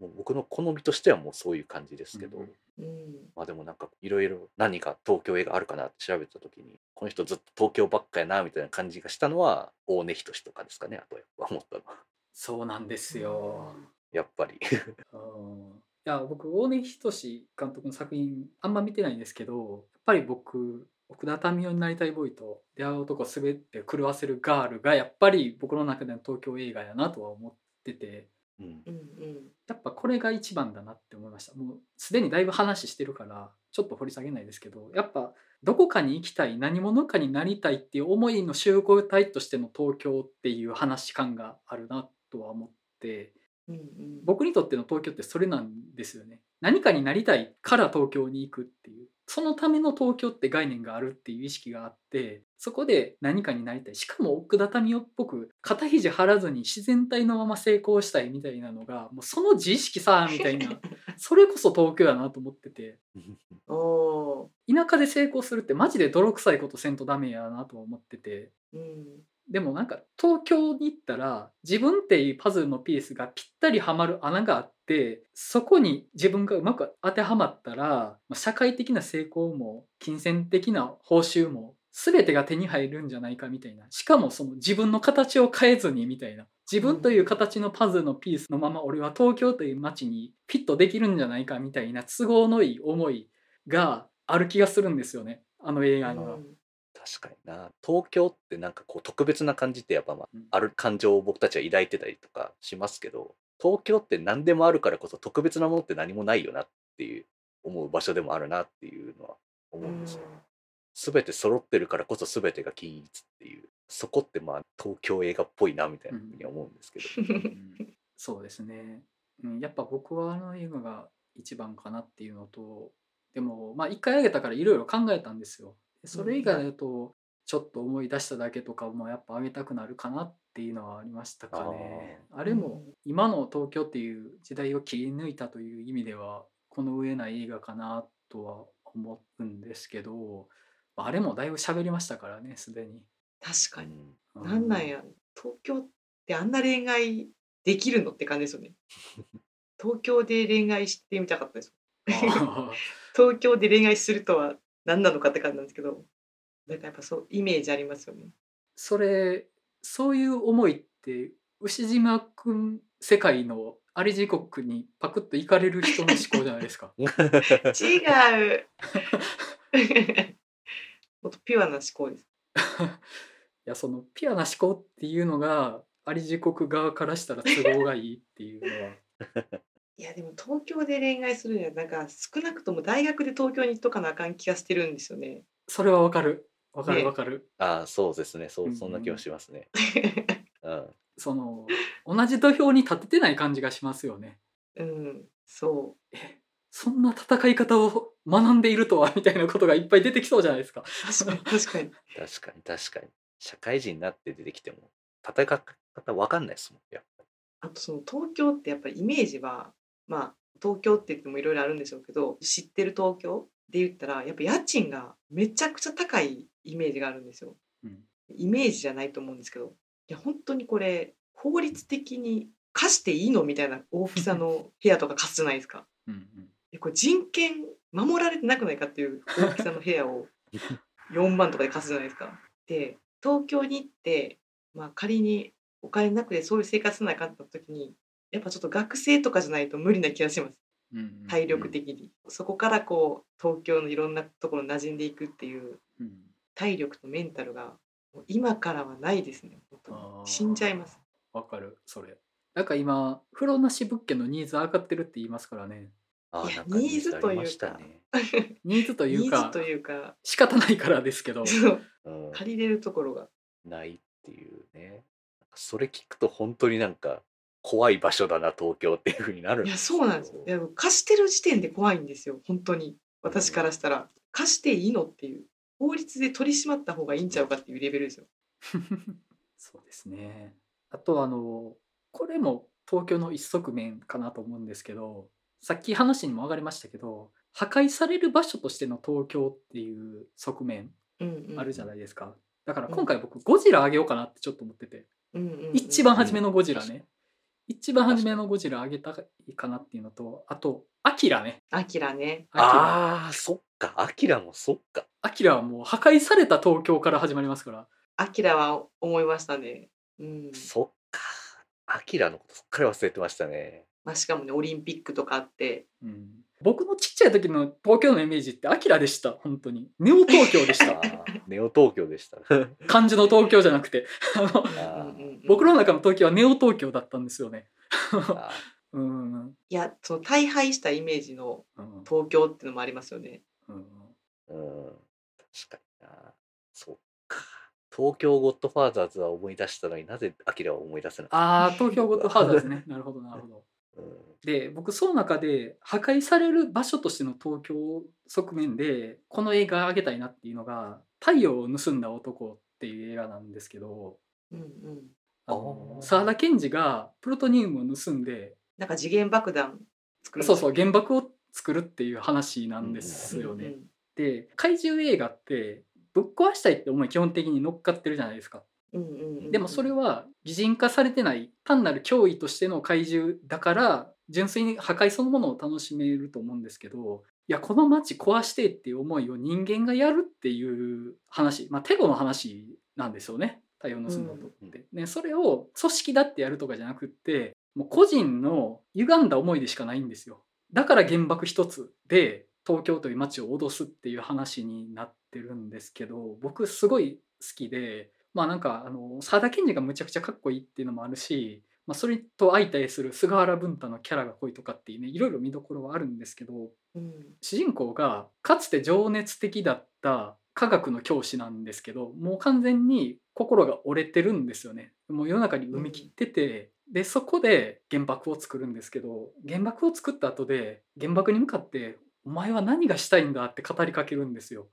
S3: う僕の好みとしてはもうそういう感じですけど、
S1: うんうん
S2: うん
S3: まあでもなんかいろいろ何か東京映画あるかなって調べた時にこの人ずっと東京ばっかやなみたいな感じがしたのは大根仁志とかですかねあとやっぱ思ったのは
S1: そうなんですよ。
S3: やっぱり
S1: うんいや僕大根仁監督の作品あんま見てないんですけどやっぱり僕奥田民生になりたいボーイと出会う男すべて狂わせるガールがやっぱり僕の中での東京映画やなとは思ってて
S3: うん
S2: うんうん
S1: やっぱこれが一番だなって思いましたもうすでにだいぶ話してるからちょっと掘り下げないですけどやっぱどこかに行きたい何者かになりたいっていう思いの集合体としての東京っていう話感があるなとは思って。
S2: うんうん
S1: 僕にとっての東京ってそれなんですよね何かになりたいから東京に行くっていうそのための東京って概念があるっていう意識があってそこで何かになりたいしかも奥田民生っぽく肩肘張らずに自然体のまま成功したいみたいなのがもうその自意識さみたいなそれこそ東京やなと思ってて
S2: お
S1: 田舎で成功するってマジで泥臭いことせんとダメやなと思ってて
S2: ーうん
S1: でもなんか東京に行ったら自分っていうパズルのピースがぴったりはまる穴があってそこに自分がうまく当てはまったらまあ社会的な成功も金銭的な報酬も全てが手に入るんじゃないかみたいなしかもその自分の形を変えずにみたいな自分という形のパズルのピースのまま俺は東京という街にフィットできるんじゃないかみたいな都合のいい思いがある気がするんですよねあの映画には。
S2: うん
S3: 確かにな東京ってなんかこう特別な感じってやっぱ、まあ
S1: うん、
S3: ある感情を僕たちは抱いてたりとかしますけど東京って何でもあるからこそ特別なものって何もないよなっていう思う場所でもあるなっていうのは思うんですよね。全て揃ってるからこそ全てが均一っていうそこってまあ東京映画っぽいなみたいなふうには思うんですけど、
S1: うんそうですね、うん、やっぱ僕はあの映画が一番かなっていうのとでもまあ一回あげたからいろいろ考えたんですよそれ以外だとちょっと思い出しただけとかもやっぱあげたくなるかなっていうのはありましたかねあれも今の東京っていう時代を切り抜いたという意味ではこの上ない映画かなとは思うんですけどまああれもだいぶ喋りましたからねすでに、
S2: 確か
S3: う
S2: に
S3: ん
S1: う
S2: なんなんや東京ってあんな恋愛できるのって感じですよね東京で恋愛してみたかったです
S1: あー
S2: 東京で恋愛するとは何なのかって感じなんですけどなんかやっぱそうイメージありますよね
S1: それそういう思いって牛島くん世界のアリ時刻にパクッと行かれる人の思考じゃないです か
S2: 違うもっとピュアな思考です
S1: いやそのピュアな思考っていうのがアリ時刻側からしたら都合がいいっていうのは
S2: いやでも東京で恋愛するにはなんか少なくとも大学で東京に行っとかなあかん気がしてるんですよね
S1: それはわかるわか
S2: ね
S1: るわかる、
S3: ああそうですねそ
S1: うんう
S3: うんそんな気はします ね、うん、
S1: その同じ土俵に立ててない感じがしますよね
S2: うんそう
S1: そんな戦い方を学んでいるとはみたいなことがいっぱい出てきそうじゃないですか
S2: 確かに確かに
S3: 確かに確かに社会人になって出てきても戦い方わかんないですもんやっぱ
S2: あとその東京ってやっぱりイメージはまあ東京って言ってもいろいろあるんでしょうけど知ってる東京で言ったらやっぱ家賃がめちゃくちゃ高いイメージがあるんですよ
S1: うん
S2: イメージじゃないと思うんですけどいや本当にこれ法律的に貸していいのみたいな大きさの部屋とか貸すじゃないですか
S1: うんうん
S2: えこれ人権守られてなくないかっていう大きさの部屋を4万とかで貸すじゃないですか。で東京に行って、まあ、仮にお金なくてそういう生活せなあかんってなった時にやっぱちょっと学生とかじゃないと無理な気がします
S1: うんうん
S2: 体力的に、そこからこう東京のいろんなところに馴染んでいくっていう
S1: うん
S2: 体力とメンタルがもう今からはないですね本当に
S1: あー
S2: 死んじゃいます
S1: わかるそれなんか今風呂なし物件のニーズ上がってるって言いますからね
S3: あ
S2: いや
S3: なんかニー
S2: ニ
S3: ズ
S2: ーズと
S3: と
S2: いうか
S3: いましたね。
S1: ニーズとい
S2: ニ
S1: う
S2: ーズ
S1: か
S2: というか
S1: 仕方ないからです けど
S2: そう
S3: うん、
S2: 借りれるところが
S3: ないっていうね。それ聞くと本当になんか怖い場所だな東京っていう風になる
S2: いやそうなんですよいや貸してる時点で怖いんですよ本当に私からしたら、貸していいのっていう法律で取り締まった方がいいんちゃうかっていうレベルですよ
S1: そうですねあとあのこれも東京の一側面かなと思うんですけどさっき話にも上がりましたけど破壊される場所としての東京っていう側面
S2: うんうん
S1: あるじゃないですか、だから今回僕ゴジラあげようかなってちょっと思ってて、
S2: うんうんうん
S1: 一番初めのゴジラ
S3: うん
S1: ね一番初めのゴジラあげたいかなっていうのとあとアキラね
S2: アキラね
S1: アキラ
S3: ああーそっかアキラもそっか
S1: アキラはもう破壊された東京から始まりますから
S2: アキラは思いましたねうん
S3: そっかアキラのことすっかり忘れてました ね。
S2: まあ、しかもねオリンピックとかあって
S1: うん僕のちっちゃい時の東京のイメージってアキラでした本当にネオ東京でし
S3: あ
S1: た
S3: ーネオ東京 でした。
S1: 漢字の東京じゃなくてあの
S3: ー
S2: うんうんうん
S1: 僕の中の東京はネオ東京だったんですよね
S3: あ
S1: うんうん
S2: いやその大敗したイメージの
S1: うん
S2: 東京っていうのもありますよね
S1: うん
S3: ーうん確かになそっか東京ゴッドファーザーズは思い出したのになぜアキラは思い出せない。
S1: ああ東京ごとハードですね なるほどなるほど
S3: うん
S1: で僕その中で破壊される場所としての東京側面でこの映画あげたいなっていうのが「太陽を盗んだ男」っていう映画なんですけど
S2: うんうん
S1: あの
S3: あー
S1: 沢田研二がプロトニウムを盗んで
S2: なんか次元爆弾作る
S1: そうそうう原爆を作るっていう話なんですよね。
S2: んうん
S1: で怪獣映画ってぶっ壊したいって思い基本的に乗っかってるじゃないですか。
S2: うんうんうん
S1: でもそれは擬人化されてない単なる脅威としての怪獣だから純粋に破壊そのものを楽しめると思うんですけどいやこの街壊してっていう思いを人間がやるっていう話まあテロの話なんですよね太陽の住んだとって、ね、それを組織だってやるとかじゃなくってもう個人の歪んだ思いでしかないんですよだから原爆一つで東京という街を脅すっていう話になってるんですけど僕すごい好きでまあなんかあの沢田研二がむちゃくちゃかっこいいっていうのもあるし、まあ、それと相対する菅原文太のキャラが濃いとかっていうねいろいろ見どころはあるんですけど
S2: うん
S1: 主人公がかつて情熱的だった科学の教師なんですけどもう完全に心が折れてるんですよねもう世の中に埋め切ってて、でそこで原爆を作るんですけど原爆を作った後で原爆に向かって「お前は何がしたいんだ」って語りかけるんですよ。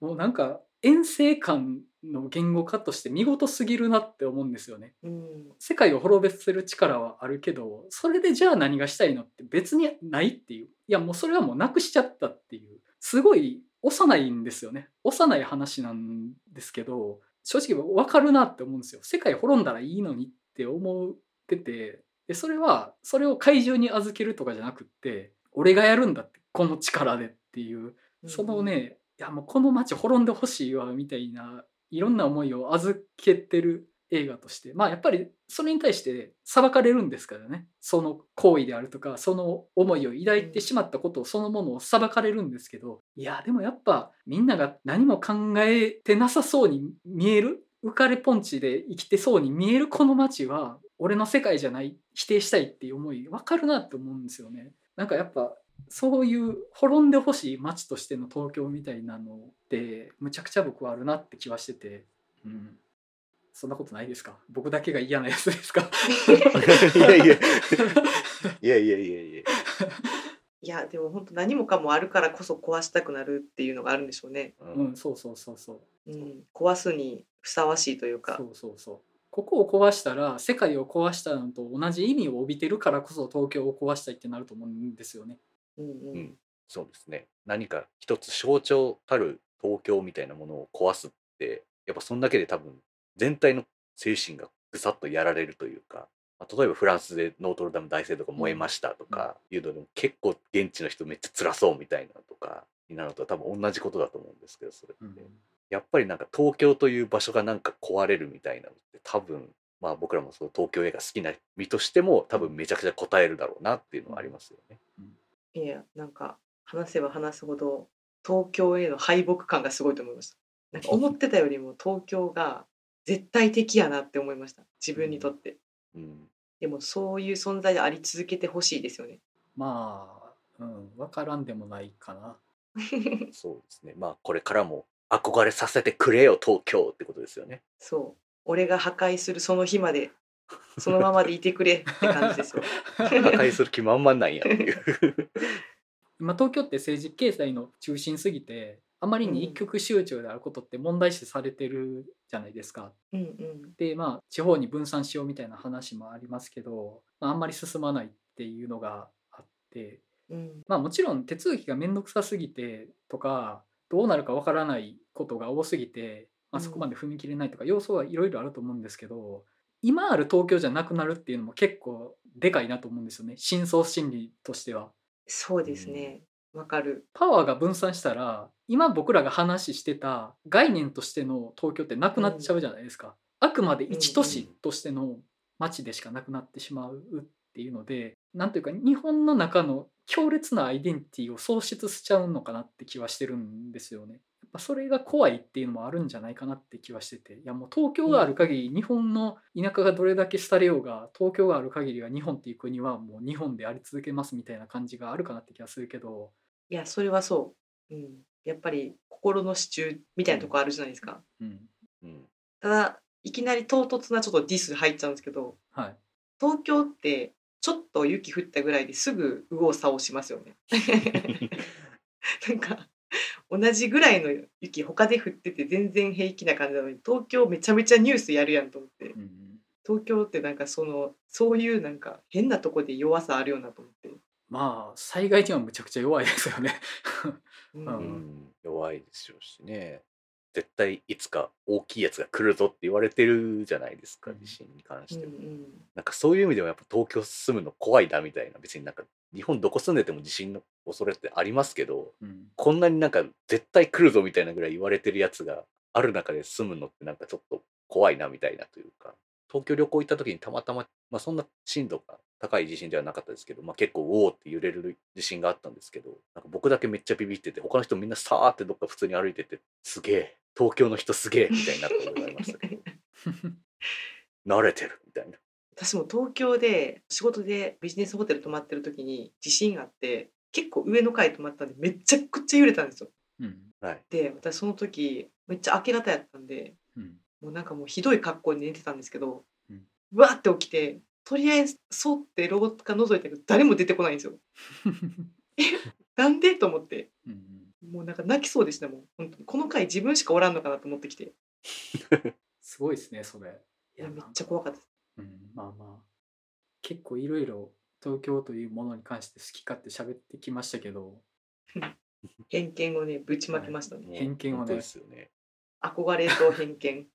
S1: もうなんか遠征感の言語化として見事すぎるなって思うんですよね。
S2: うん
S1: 世界を滅ぼせる力はあるけどそれでじゃあ何がしたいのって別にないっていういやもうそれはもうなくしちゃったっていうすごい幼いんですよね幼い話なんですけど正直分かるなって思うんですよ世界滅んだらいいのにって思っててでそれはそれを怪獣に預けるとかじゃなくって俺がやるんだってこの力でっていうそのね、いやもうこの街滅んでほしいわみたいないろんな思いを預けてる映画としてまあやっぱりそれに対して裁かれるんですからねその行為であるとかその思いを抱いてしまったことそのものを裁かれるんですけどいやでもやっぱみんなが何も考えてなさそうに見える浮かれポンチで生きてそうに見えるこの街は俺の世界じゃない否定したいっていう思い分かるなって思うんですよね。なんかやっぱそういう滅んでほしい街としての東京みたいなのってむちゃくちゃ僕はあるなって気はしてて、うん、そんなことないですか僕だけが嫌なやつです か
S3: いやいやいやいやいやいや。
S2: いやでも本当何もかもあるからこそ壊したくなるっていうのがあるんでしょうね、
S3: う
S1: うんん、そうそうそうそう
S2: うん、壊すにふさわしいというか
S1: そうそうそうここを壊したら世界を壊したのと同じ意味を帯びてるからこそ東京を壊したいってなると思うんですよね
S2: うんう
S3: うんんそうですね何か一つ象徴たる東京みたいなものを壊すってやっぱそんだけで多分全体の精神がぐさっとやられるというか、まあ、例えばフランスでノートルダム大聖堂が燃えましたとかいうのでも結構現地の人めっちゃ辛そうみたいなとかになるのとは多分同じことだと思うんですけどそれって、やっぱりなんか東京という場所がなんか壊れるみたいなのって多分まあ、僕らもその東京映画好きな身としても多分めちゃくちゃ答えるだろうなっていうのはありますよね。
S2: いやなんか話せば話すほど東京への敗北感がすごいと思いましたなんか思ってたよりも東京が絶対的やなって思いました自分にとって、
S3: うん、
S2: でもそういう存在であり続けてほしいですよね
S1: まあ、うん、分からんでもないかな。
S3: そうですね。まあこれからも憧れさせてくれよ東京ってことですよね。
S2: そう俺が破壊するその日までそのままでいてくれって感じ ですよ
S3: 破壊する気満々なんやっていう。
S1: まあ、東京って政治経済の中心すぎてあまりに一極集中であることって問題視されてるじゃないですか。
S2: うんうん
S1: でまあ地方に分散しようみたいな話もありますけど、まあ、あんまり進まないっていうのがあって、
S2: うん
S1: まあ、もちろん手続きが面倒くさすぎてとかどうなるかわからないことが多すぎて、まあ、そこまで踏み切れないとか要素はいろいろあると思うんですけど今ある東京じゃなくなるっていうのも結構でかいなと思うんですよね深層心理としては。
S2: そうですねわかる
S1: パワーが分散したら今僕らが話してた概念としての東京ってなくなっちゃうじゃないですか、あくまで一都市としての街でしかなくなってしまうっていうのでなんというか日本の中の強烈なアイデンティティを喪失しちゃうのかなって気はしてるんですよね。やっぱそれが怖いっていうのもあるんじゃないかなって気はしてていやもう東京がある限り日本の田舎がどれだけ廃れようが東京がある限りは日本っていう国はもう日本であり続けますみたいな感じがあるかなって気はするけど
S2: いやそれはそう、うん、やっぱり心の支柱みたいなとこあるじゃないですか
S1: うん
S3: うん、
S2: ただいきなり唐突なちょっとディス入っちゃうんですけど
S1: はい
S2: 東京ってちょっと雪降ったぐらいですぐ右往左往しますよね。なんか同じぐらいの雪他で降ってて全然平気な感じなのに東京めちゃめちゃニュースやるやんと思って
S1: うん
S2: 東京ってなんかそのそういうなんか変なとこで弱さあるよなと思って、
S1: まあ災害にはむちゃくちゃ弱いです よね。
S2: うん
S1: う
S3: うんん、弱いでしょうしね絶対いつか大きいやつが来るぞって言われてるじゃないですか
S1: うん
S3: 地震に関
S2: うん
S3: し
S2: う
S3: ても、
S2: ん
S3: なんかそういう意味でもやっぱ東京住むの怖いだみたいな別になんか日本どこ住んでても地震の恐れってありますけど
S1: うん
S3: こんなになんか絶対来るぞみたいなぐらい言われてるやつがある中で住むのってなんかちょっと怖いなみたいなというか東京旅行行った時にたまたま、まあ、そんな震度が高い地震ではなかったですけど、まあ、結構おおって揺れる地震があったんですけどなんか僕だけめっちゃビビってて他の人みんなさーってどっか普通に歩いててすげえ東京の人すげえみたいになったことがありましたけ ど慣れてるみたいな。
S2: 私も東京で仕事でビジネスホテル泊まってる時に地震があって結構上の階泊まったんでめちゃくちゃ揺れたんですよ。
S1: うん
S3: はい、
S2: で私その時めっちゃ明け方やったんで
S1: うん
S2: もうなんかもうひどい格好に寝てたんですけど、
S1: うん
S2: うわーって起きてとりあえずそうってロボットが覗いたけど誰も出てこないんですよなんでと思って
S1: うん
S2: もうなんか泣きそうでしたもん本当にこの回自分しかおらんのかなと思ってきてい
S1: すごいですねそれ。い
S2: やめっ
S1: なん
S2: ちゃ
S1: か
S2: 怖かったです
S1: うん、まあまあ結構いろいろ東京というものに関して好き勝手喋ってきましたけど
S2: 偏見をねぶちまけましたね、
S3: もう
S1: 偏見はね
S3: 本当ですよね
S2: 憧れと偏見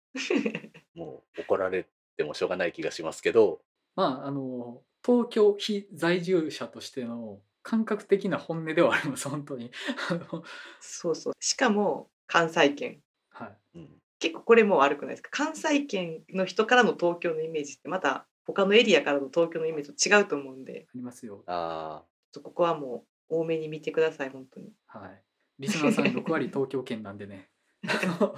S3: もう怒られてもしょうがない気がしますけど
S1: まああの東京非在住者としての感覚的な本音ではあります本当に。 あの
S2: そうそうしかも関西圏
S1: はい
S3: うん
S2: 結構これもう悪くないですか関西圏の人からの東京のイメージってまた他のエリアからの東京のイメージと違うと思うんで
S1: ありますよ。
S3: あ
S2: ちょっとここはもう多めに見てください本当に
S1: はい。リスナーさん6割東京圏なんでね。あの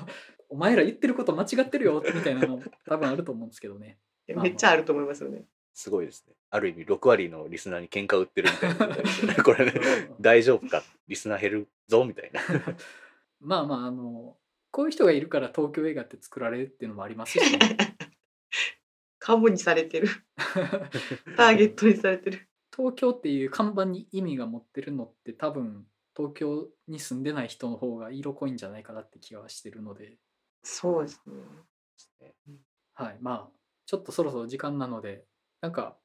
S1: お前ら言ってること間違ってるよみたいなの多分あると思うんですけどね。
S2: え
S1: まあまあ
S2: めっちゃあると思いますよね。
S3: ーすごいですねある意味6割のリスナーに喧嘩売ってるみたいなことです ねこれね大丈夫かリスナー減るぞみたいな
S1: まあまああのこういう人がいるから東京映画って作られるっていうのもありますし、ね、
S2: カモにされてる。ターゲットにされてる。
S1: 東京っていう看板に意味が持ってるのって多分東京に住んでない人の方が色濃いんじゃないかなって気はしてるので、
S2: そうですね。
S1: はい、まあちょっとそろそろ時間なのでなんか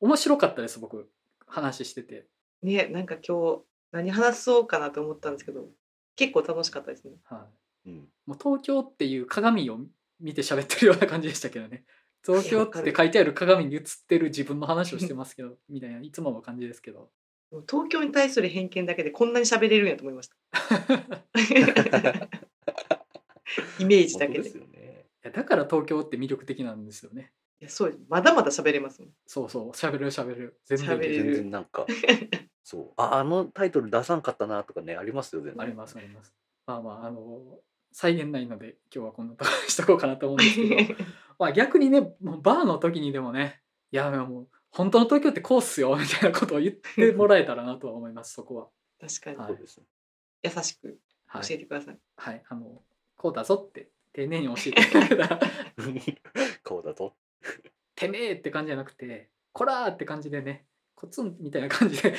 S1: 面白かったです僕話してて。
S2: ね、なんか今日何話そうかなと思ったんですけど、結構楽しかったですね。
S1: はい
S3: うん
S1: もう東京っていう鏡を見て喋ってるような感じでしたけど ね東京って書いてある鏡に映ってる自分の話をしてますけどみたいないつもの感じですけど
S2: もう東京に対する偏見だけでこんなに喋れるんやと思 いました。イメージだ
S3: 本
S2: け
S3: 当
S2: で。
S3: よね
S1: いやだから東京って魅力的なんですよね
S2: いやそうですまだまだ喋れますもん
S1: そうそう喋る喋る全部いけ
S2: 喋れる
S3: 全然なんかそうああのタイトル出さんかったなとかねありますよ全然
S1: ありますありますまあまああの再現ないので今日はこんなとこにしとこうかなと思うんですけど まあ逆にねもうバーの時にでもねいやもう本当の東京ってこうっすよみたいなことを言ってもらえたらなとは思いますそこは
S2: 確か
S1: は
S2: に
S1: い
S3: そうですね
S2: 優しく
S1: は
S2: 教
S1: い
S2: えてください、
S1: はい、あのこうだぞって丁寧に教えてくれた ら
S3: こうだと
S1: てめえって感じじゃなくてこらーって感じでねコツンみたいな感じ で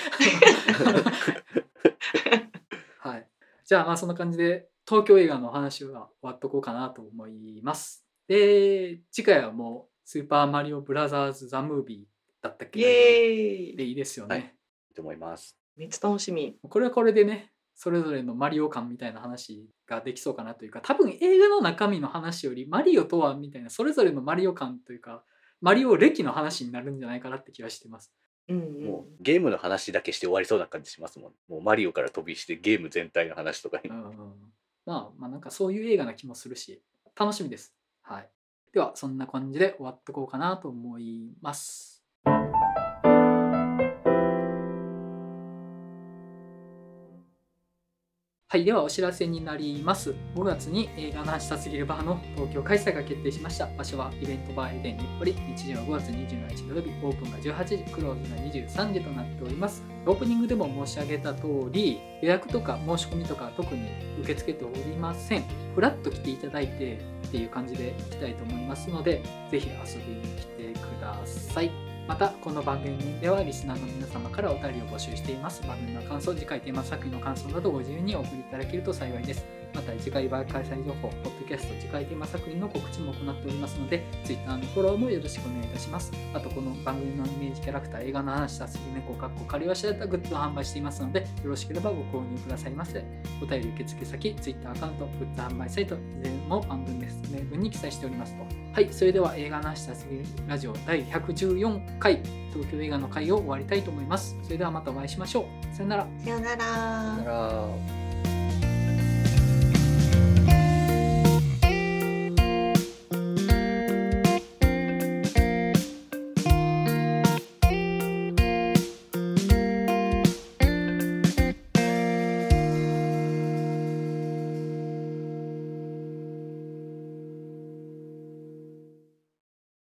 S1: はいじゃあまあそんな感じで東京映画の話は終わっとこうかなと思いますで次回はもう「スーパーマリオブラザーズ・ザ・ムービー」だったっけ
S2: イエー
S1: で
S2: イ
S1: いいですよね、
S3: はいと思います
S2: めっちゃ楽しみ
S1: これはこれでねそれぞれのマリオ感みたいな話ができそうかなというか多分映画の中身の話よりマリオとはみたいなそれぞれのマリオ感というかマリオ歴の話になるんじゃないかなって気はしてます
S2: うん
S3: もうゲームの話だけして終わりそうな感じしますもんもうマリオから飛びしてゲーム全体の話とかに
S1: うん、うん、まあまあなんかそういう映画な気もするし楽しみですはいではそんな感じで終わってこうかなと思いますはい、ではお知らせになります。5月に映画の明日すぎるバーの東京開催が決定しました。場所はイベントバーエデン日暮里。日時は5月27日土曜日、オープンが18時、クローズが23時となっております。オープニングでも申し上げた通り、予約とか申し込みとかは特に受け付けておりません。フラッと来ていただいてっていう感じでいきたいと思いますので、ぜひ遊びに来てください。またこの番組ではリスナーの皆様からお便りを募集しています番組の感想次回テーマ作品の感想などご自由にお送りいただけると幸いですまた次回は開催情報ポッドキャスト次回テーマ作品の告知も行っておりますので Twitter のフォローもよろしくお願いいたしますあとこの番組のイメージキャラクター映画の話したすぎ猫かっこ仮はしられたグッズを販売していますのでよろしければご購入くださいませお便り受付先、Twitter アカウント、グッズ販売サイト、いずれも番組説明文に記載しておりますと。はい、それでは映画の話したすぎるラジオ第114回、東京映画の回を終わりたいと思います。それではまたお会いしましょう。さよなら。
S2: さよなら
S3: だから